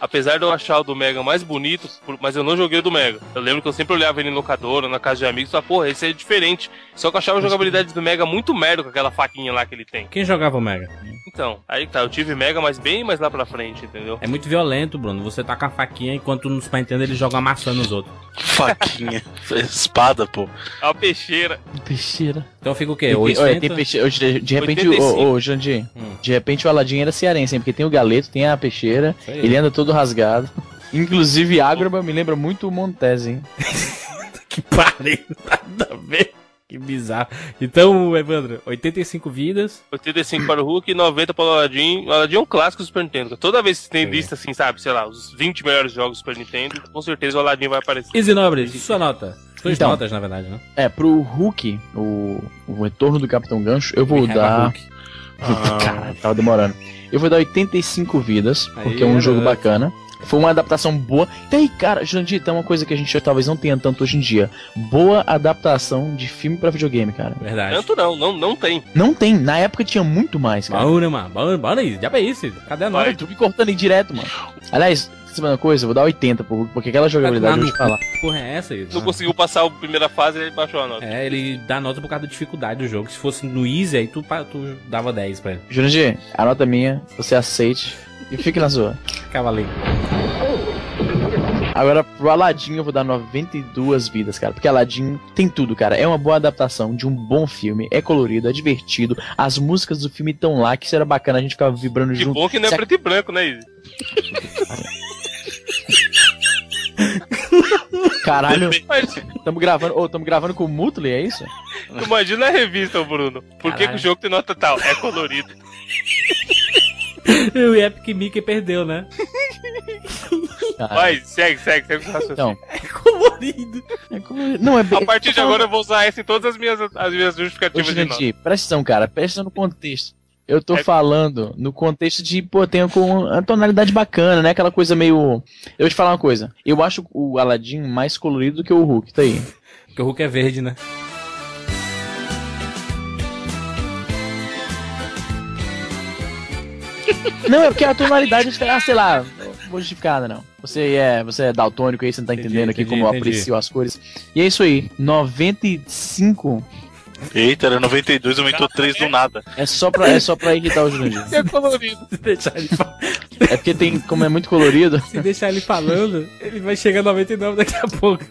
C: Apesar de eu achar o do Mega mais bonito, por- mas eu não joguei o do Mega. Eu lembro que eu sempre olhava ele em locadora, na casa de amigos, e falava, porra, esse é diferente. Só que eu achava a jogabilidade do Mega muito merda com aquela faquinha lá que ele tem.
A: Quem jogava o Mega?
C: Então, aí tá, eu tive Mega, mas bem mais lá pra frente, entendeu?
A: É muito violento, Bruno. Você tá com a faquinha enquanto no Super Nintendo ele joga amassando os outros.
D: Faquinha, espada, pô.
C: A É peixeira.
B: Peixeira.
A: Então fica o
B: Tem,
A: quê?
B: pe- olha, tem
A: 80?
B: peixeira. De, de repente,
C: 85.
B: ô, ô, Jurandir.
A: Hum.
B: De repente o Aladim era cearense, hein? Porque tem o galeto, tem a peixeira.
A: Isso aí.
B: Ele anda todo rasgado. Inclusive, Ágraba me lembra muito o Montese, hein? é
A: Que pariu, nada a ver. Que bizarro. Então, Evandro, 85 vidas.
C: 85 para o Hulk e 90 para o Aladdin. O Aladdin é um clássico do Super Nintendo. Toda vez que tem
A: Sim.
C: lista, assim, sabe, sei lá, os 20 melhores jogos do Super Nintendo, com certeza o Aladdin vai aparecer.
A: Easy Nobre, sua nota. Suas
B: Então.
A: notas, na verdade, né?
B: É, pro Hulk, o, o retorno do Capitão Gancho, eu vou
A: We have a
B: dar.
A: Hulk.
B: Caralho, tava demorando. Eu vou dar 85 vidas,
A: Aí,
B: porque é um jogo
A: garoto.
B: bacana. Foi uma adaptação boa. Tem aí, cara, Jandir, tem uma coisa que a gente talvez não tenha tanto hoje em dia. Boa adaptação de filme pra videogame, cara.
A: Verdade.
C: Tanto não, não, não tem.
B: Não tem, na época tinha muito mais, cara.
A: Bora, né, mano. Bora, bora aí. Já é isso. Cadê a nota?
B: Olha, tu me cortando aí direto, mano. Aliás, sabe uma coisa? Eu vou dar 80 pro Hulk, porque aquela jogabilidade, eu vou te falar.
A: Que porra é essa, Isa?
C: Não conseguiu passar a primeira fase, ele baixou a nota.
A: É, ele dá nota por causa da dificuldade do jogo. Se fosse no Easy, aí tu, pa- tu dava 10 pra ele.
B: Jurandir, a nota é minha, você aceite e fique na sua.
A: Cavaleiro.
B: Agora, pro Aladdin eu vou dar 92 vidas, cara. Porque Aladdin tem tudo, cara. É uma boa adaptação de um bom filme. É colorido, é divertido. As músicas do filme estão lá, que isso era bacana. A gente ficava vibrando
C: Que
B: junto.
C: bom que não é
B: Se-
C: preto e branco, né, Izzy?
B: Caralho,
C: Mas
B: tamo gravando. Ô, tamo gravando com o Muttley, é isso?
C: tu imagina a revista, Bruno. Por que, que o
A: Caralho.
C: jogo tem nota tal? É colorido.
A: E o Epic Mickey perdeu, né?
B: Caralho.
C: Vai, segue, segue, segue o raciocínio.
B: Ah. Então,
A: Colorido.
B: é colorido. Não, é bem.
C: A partir de
B: eu tô
C: agora eu vou usar essa em todas as minhas, as minhas
B: Ô,
C: justificativas de nota.
B: Jurandir, presta atenção, cara. Presta atenção no contexto. Eu tô
C: É-
B: falando no contexto de, pô, tem com a tonalidade bacana, né? Aquela coisa meio. Eu vou te falar uma coisa. Eu acho o Aladdin mais colorido do que o Hulk, tá aí.
A: Porque o Hulk é verde, né?
B: Não, é porque a tonalidade é, ah, sei lá, modificada, não. Você é, você é daltônico aí, você não tá
A: Entendi,
B: entendendo aqui
A: entendi,
B: como eu
A: entendi.
B: aprecio as cores. E é isso aí, 95
D: Eita, era 92, aumentou 3 do nada.
B: é só pra, é só pra irritar o Jurandir.
C: É colorido.
A: Se deixar ele, fa-
B: É porque tem, como é muito colorido,
A: se deixar ele falando, ele vai chegar a 99 daqui a pouco.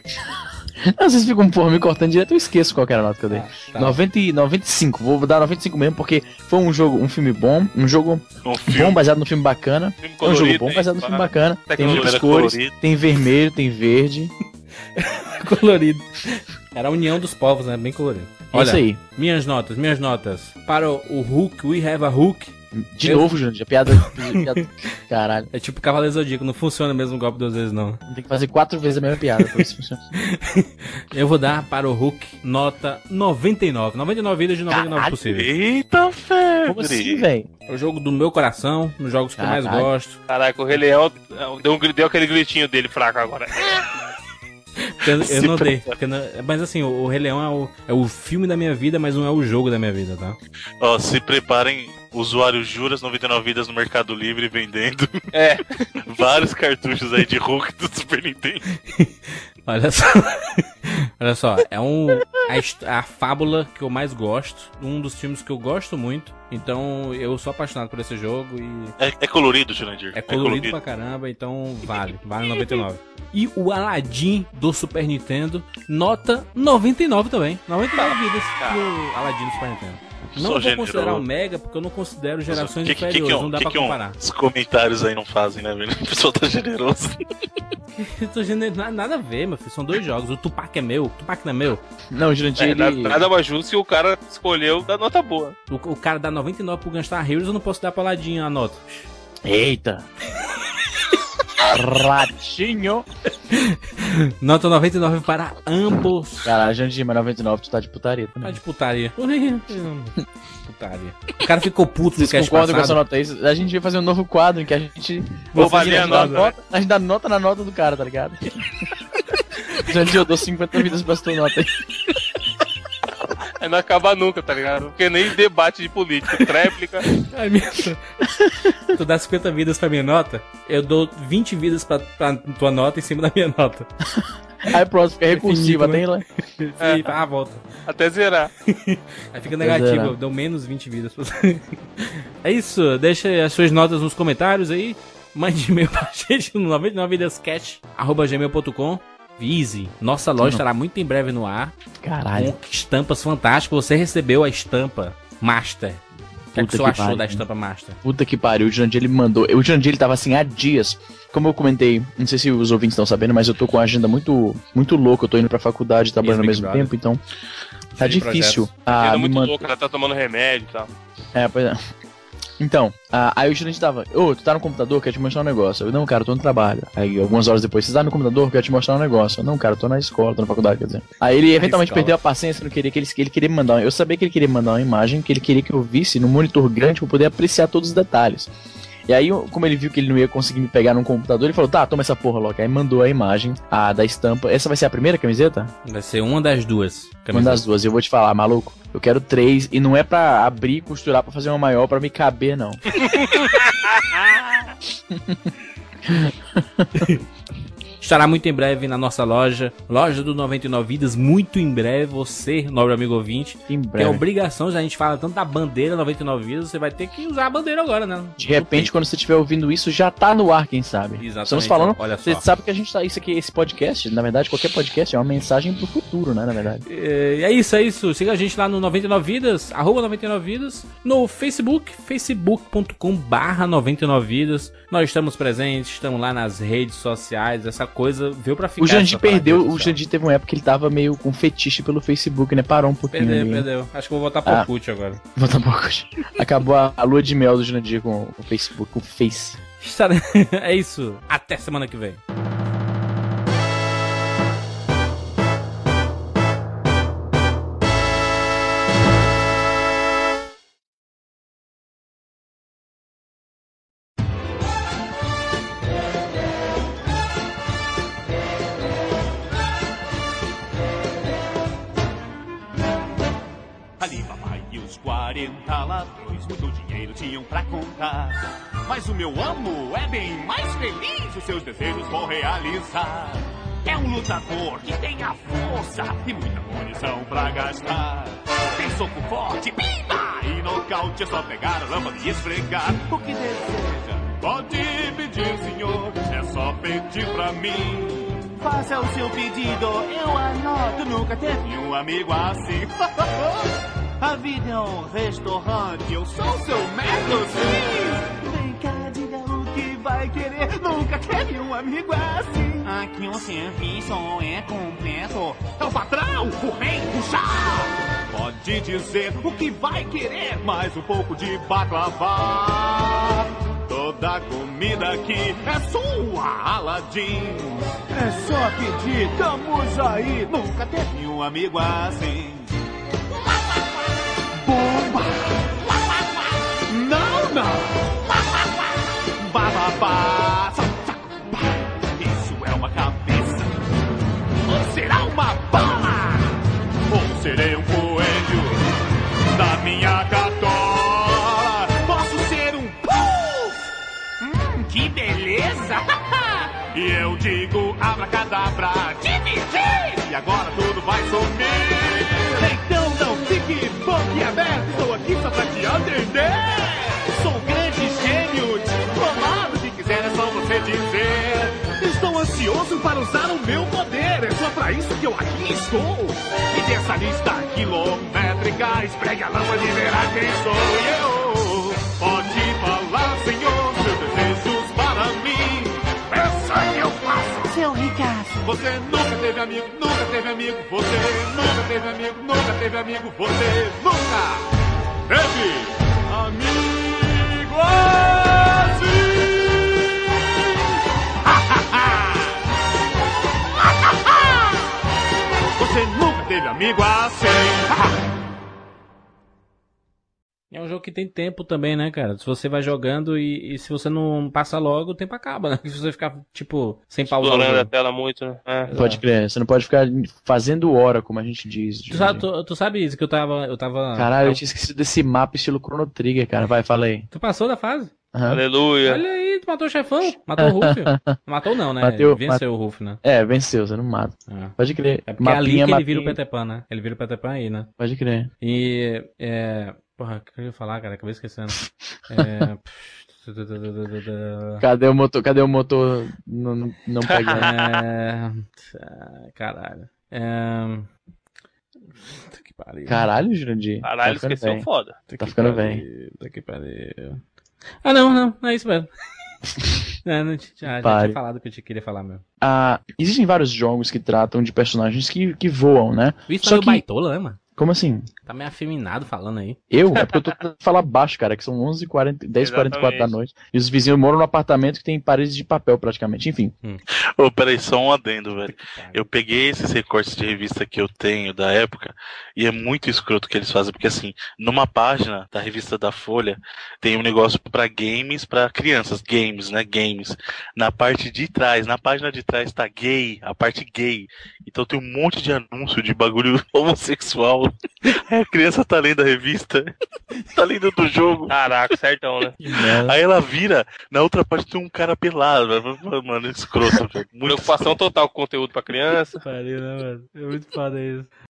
B: às vezes ficam, porra, me cortando direto, eu esqueço qual que era a nota que eu dei.
A: tá.
B: 90, e 95, vou dar 95 mesmo, porque foi um jogo, um filme bom, um jogo
D: Um
B: bom
D: filme.
B: baseado no filme bacana.
C: Filme
B: É um jogo
C: colorido.
B: bom
C: hein?
B: baseado no filme bacana. Tem
C: Tecnologia
B: muitas
D: era
B: cores,
D: colorida.
B: tem vermelho, tem verde. é
A: colorido. Era a união dos povos, né? Bem colorido.
B: É isso aí.
A: minhas notas, minhas notas. Para o Hulk, We Have a Hulk.
B: De
A: Eu-
B: novo, Jurandir, a piada. piada caralho.
A: É tipo Cavaleiro Zodíaco, não funciona o mesmo golpe duas vezes, não.
B: Tem que fazer quatro vezes a mesma piada pra ver se funciona.
A: Eu vou dar para o Hulk nota 99. 99 vidas de 99
B: Caralho.
A: possíveis.
D: Eita, febre.
B: Como assim, velho?
A: É o jogo do meu coração, um dos jogos que eu mais
B: Caralho.
A: gosto.
C: Caraca, o Rei Leão deu, um gri- deu aquele gritinho dele fraco agora.
A: Eu, eu não dei. porque não- mas assim, o, o Rei Leão é o, é o filme da minha vida, mas não é o jogo da minha vida, tá?
D: Ó, se preparem, usuário Juras 99 vidas no Mercado Livre vendendo.
C: É.
D: Vários cartuchos aí de Hulk do Super Nintendo.
A: Olha só. Olha só, é um a, his- a fábula que eu mais gosto, um dos filmes que eu gosto muito. Então eu sou apaixonado por esse jogo e
D: É, é colorido, Jurandir.
A: é colorido pra caramba, então vale, vale 99. E o Aladdin do Super Nintendo, nota 99 também. 99 vidas pro Aladdin do Super Nintendo. Não
D: Tá. Sou
A: vou
D: generoso.
A: considerar
B: um
A: o Mega porque eu não considero gerações
D: Que- que- que-
A: inferiores,
D: que- é um,
A: não dá
D: que-
A: pra
D: que-
A: comparar.
D: Os comentários aí não fazem, né, velho? O pessoal tá generoso.
A: Eu tô gene- na- Nada a ver, meu filho. São dois jogos. O Tupac é meu, o Tupac não é meu.
B: Não, Jurandir,
C: É, na-
B: ele...
C: nada mais justo que o cara escolheu da nota boa.
A: O, o cara dá 99 pro Gunstar Heroes, eu não posso dar pra Aladdin a nota.
B: Eita! Ratinho!
A: Nota 99 para ambos.
B: Cara, Jandir, mas 99 tu tá de putaria
A: Tá
B: também.
A: de putaria. Putaria. O cara ficou puto no
B: Vocês
A: cast
B: concordam com essa
A: passado.
B: nota aí? A gente vai fazer um novo quadro em que a gente.
C: Vou
B: vocês-
C: valer a
B: gente dá
C: nota,
B: A gente dá nota na nota do cara, tá ligado? Jandir, eu dou 50 vidas pra tua nota aí.
C: É não acaba nunca, tá ligado? Porque nem debate de política, tréplica.
A: Ai, meu Deus. Tu dá 50 vidas pra minha nota, eu dou 20 vidas pra, pra tua nota em cima da minha nota.
B: Aí pronto, fica recursivo
A: finito, né?
B: até ir lá.
A: E, ah, volta.
C: Até zerar.
A: Aí fica negativo,
B: Zero.
A: eu dou menos 20 vidas. pra você. é isso, deixa as suas notas nos comentários aí. Mande e-mail pra gente no 99vidascast.gmail.com Vise, nossa loja estará muito em breve no ar.
B: Caralho.
A: Com estampas fantásticas. Você recebeu a estampa Master. O que, é que
B: Puta
A: você
B: que
A: achou
B: pariu.
A: da estampa Master?
B: Puta que pariu, o Jandir ele mandou. O Jandir ele tava assim há dias. Como eu comentei, não sei se os ouvintes estão sabendo, mas eu tô com a agenda muito, muito louca. Eu tô indo pra faculdade e trabalhando ao
A: Big
B: mesmo
A: Brother.
B: tempo, então. Tá
A: Cheio de
B: difícil.
C: Ah,
B: Ah,
C: muito
B: man-
C: louco, ela tá tomando remédio e tal.
B: É, pois é. Então, a- aí o estudante tava, ô, tu tá no computador, quero te mostrar um negócio. Eu, não, cara, eu tô no trabalho. Aí algumas horas depois, você tá no computador, quero te mostrar um negócio. Eu, não, cara, eu tô na escola, tô na faculdade, quer dizer. Aí ele eventualmente
A: escola.
B: perdeu a paciência, não queria que ele, que ele queria me mandar. Eu sabia que ele queria me mandar uma imagem, que ele queria que eu visse no monitor grande pra eu poder apreciar todos os detalhes. E aí, como ele viu que ele não ia conseguir me pegar num computador, ele falou, tá, toma essa porra logo. Aí mandou a imagem a, da estampa. Essa vai ser a primeira camiseta?
A: Vai ser uma das duas.
B: Uma das duas. E eu vou te falar, maluco, eu quero três. E não é pra abrir, costurar, pra fazer uma maior, pra me caber, não.
A: Estará muito em breve na nossa loja, loja do 99 Vidas, muito em breve. Você, nobre amigo ouvinte, tem
B: Em
A: um a
B: breve.
A: obrigação, já a gente fala tanto da bandeira 99 Vidas, você vai ter que usar a bandeira agora, né?
B: De repente, quando você estiver ouvindo isso, já tá no ar, quem sabe.
A: Exatamente. é.
B: Estamos falando.
A: Olha
B: Você
A: só.
B: sabe que a gente tá. Isso aqui, esse podcast, na verdade, qualquer podcast é uma mensagem pro futuro, né? Na verdade.
A: É, é isso, é isso. Siga a gente lá no 99 Vidas, arroba 99 Vidas, no Facebook, facebook.com barra 99 Vidas. Nós estamos presentes, estamos lá nas redes sociais, essa coisa veio pra ficar.
B: o Jandir
A: essa parada
B: perdeu. O
A: social.
B: Jandir teve uma época que ele tava meio com fetiche pelo Facebook, né? Parou um pouquinho.
A: Perdeu,
B: ali.
A: perdeu. Acho que eu vou voltar pro
B: Ah.
A: Orkut agora.
B: Volta um pouco. Acabou a, a lua de mel do Jandir com o Facebook, com o Face.
A: Estará- É isso. Até semana que vem.
E: Ali papai e os 40 ladrões muito dinheiro tinham pra contar. Mas o meu amo é bem mais feliz, os seus desejos vão realizar. É um lutador que tem a força e muita munição pra gastar. Tem soco forte, pimba! E nocaute é só pegar a lâmpada e esfregar. O que deseja, pode pedir, senhor, é só pedir pra mim. Faça o seu pedido, eu anoto. Nunca teve um amigo assim. A vida é um restaurante, eu sou seu médico, sim. Vem cá, diga o que vai querer. Nunca teve um amigo assim. Aqui o serviço é completo. É o patrão, o rei, o chá. Pode dizer o que vai querer, mais um pouco de baklava. Toda comida aqui é sua, Aladim. É só pedir, estamos aí. Nunca teve um amigo assim. Bomba! Não, não! Bababá! Isso é uma cabeça! Ou será uma bala? Ou serei um coelho da minha cartola? Posso ser um puff! Hum, que beleza! e eu digo abracadabra, dividir! E agora tudo
H: vai sumir. Então não fique boquiaberto, estou aqui só pra te atender. Sou um grande gênio, diplomado, se quiser é só você dizer. Estou ansioso para usar o meu poder, é só pra isso que eu aqui estou. E dessa lista quilométrica, espregue a lama de verá quem sou eu. Pode falar, senhor, seus desejos para mim. Essa eu faço.
J: Seu ricaço.
H: Você nunca teve amigo, nunca teve amigo. Você nunca teve amigo, nunca teve amigo. Você nunca teve amigo assim. Você nunca teve amigo assim.
A: É um jogo que tem tempo também, né, cara? Se você vai jogando e, e se você não passa logo, o tempo acaba, né? Se você ficar, tipo, sem pausar o
C: Explorando a
A: jogo.
C: tela muito, né? É.
B: Pode crer, você não pode ficar fazendo hora, como a gente diz. de-
A: Tu sabe, tu, tu sabe isso que eu tava. Eu tava. Ah,
B: Caralho, eu tinha esquecido desse mapa estilo Chrono Trigger, cara. Vai, fala aí.
A: Tu passou da fase?
B: Aham.
C: Aleluia.
A: Olha aí, tu matou o chefão. Matou o Rufio. matou não, né?
B: Mateu-
A: Venceu o Rufio, né?
B: É, venceu, você não mata.
A: É.
B: Pode crer.
A: É porque é ali que ele vira o Peter Pan, né? Ele vira o Peter Pan aí, né?
B: Pode crer.
A: E. É... Porra, o que eu ia falar, cara? Acabei esquecendo. É... pff,
B: Cadê o motor? Cadê o motor? Não, não, não pegando.
A: É... ah, Caralho. É... Puta que pariu.
B: Caralho, Jurandir.
C: Caralho,
B: ficando
C: esqueceu
B: Tá bem.
C: foda.
A: Puta
B: tá
A: que
B: ficando
A: pariu, Puta que pariu. Ah, não, não. Não é isso mesmo. não, não tinha, já
B: Pare.
A: tinha falado o que eu te queria falar mesmo.
B: Ah, existem vários jogos que tratam de personagens que, que voam, né?
A: Isso
B: Só
A: tá meio
B: que-
A: baitola, né, mano?
B: Como assim?
A: Tá meio afeminado falando aí.
B: Eu? É porque eu tô tentando falar baixo, cara, que são 11h40, 10h44 da
C: Exatamente.
B: noite. E os vizinhos moram num apartamento que tem paredes de papel, praticamente. Enfim.
D: Ô, peraí, só um adendo, velho. Eu peguei esses recortes de revista que eu tenho da época e é muito escroto o que eles fazem, porque assim, numa página da revista da Folha tem um negócio pra games pra crianças, games, né, games. Na parte de trás, na página de trás tá gay, a parte gay. Então tem um monte de anúncio de bagulho homossexual. Aí a criança tá lendo a revista, tá lendo do jogo.
C: Caraca, certão, né?
D: Aí ela vira, na outra parte tem um cara pelado, velho. mano, escroto, velho. Muito
C: Preocupação total com o conteúdo pra criança.
A: Pariu, né, mano? É muito foda isso.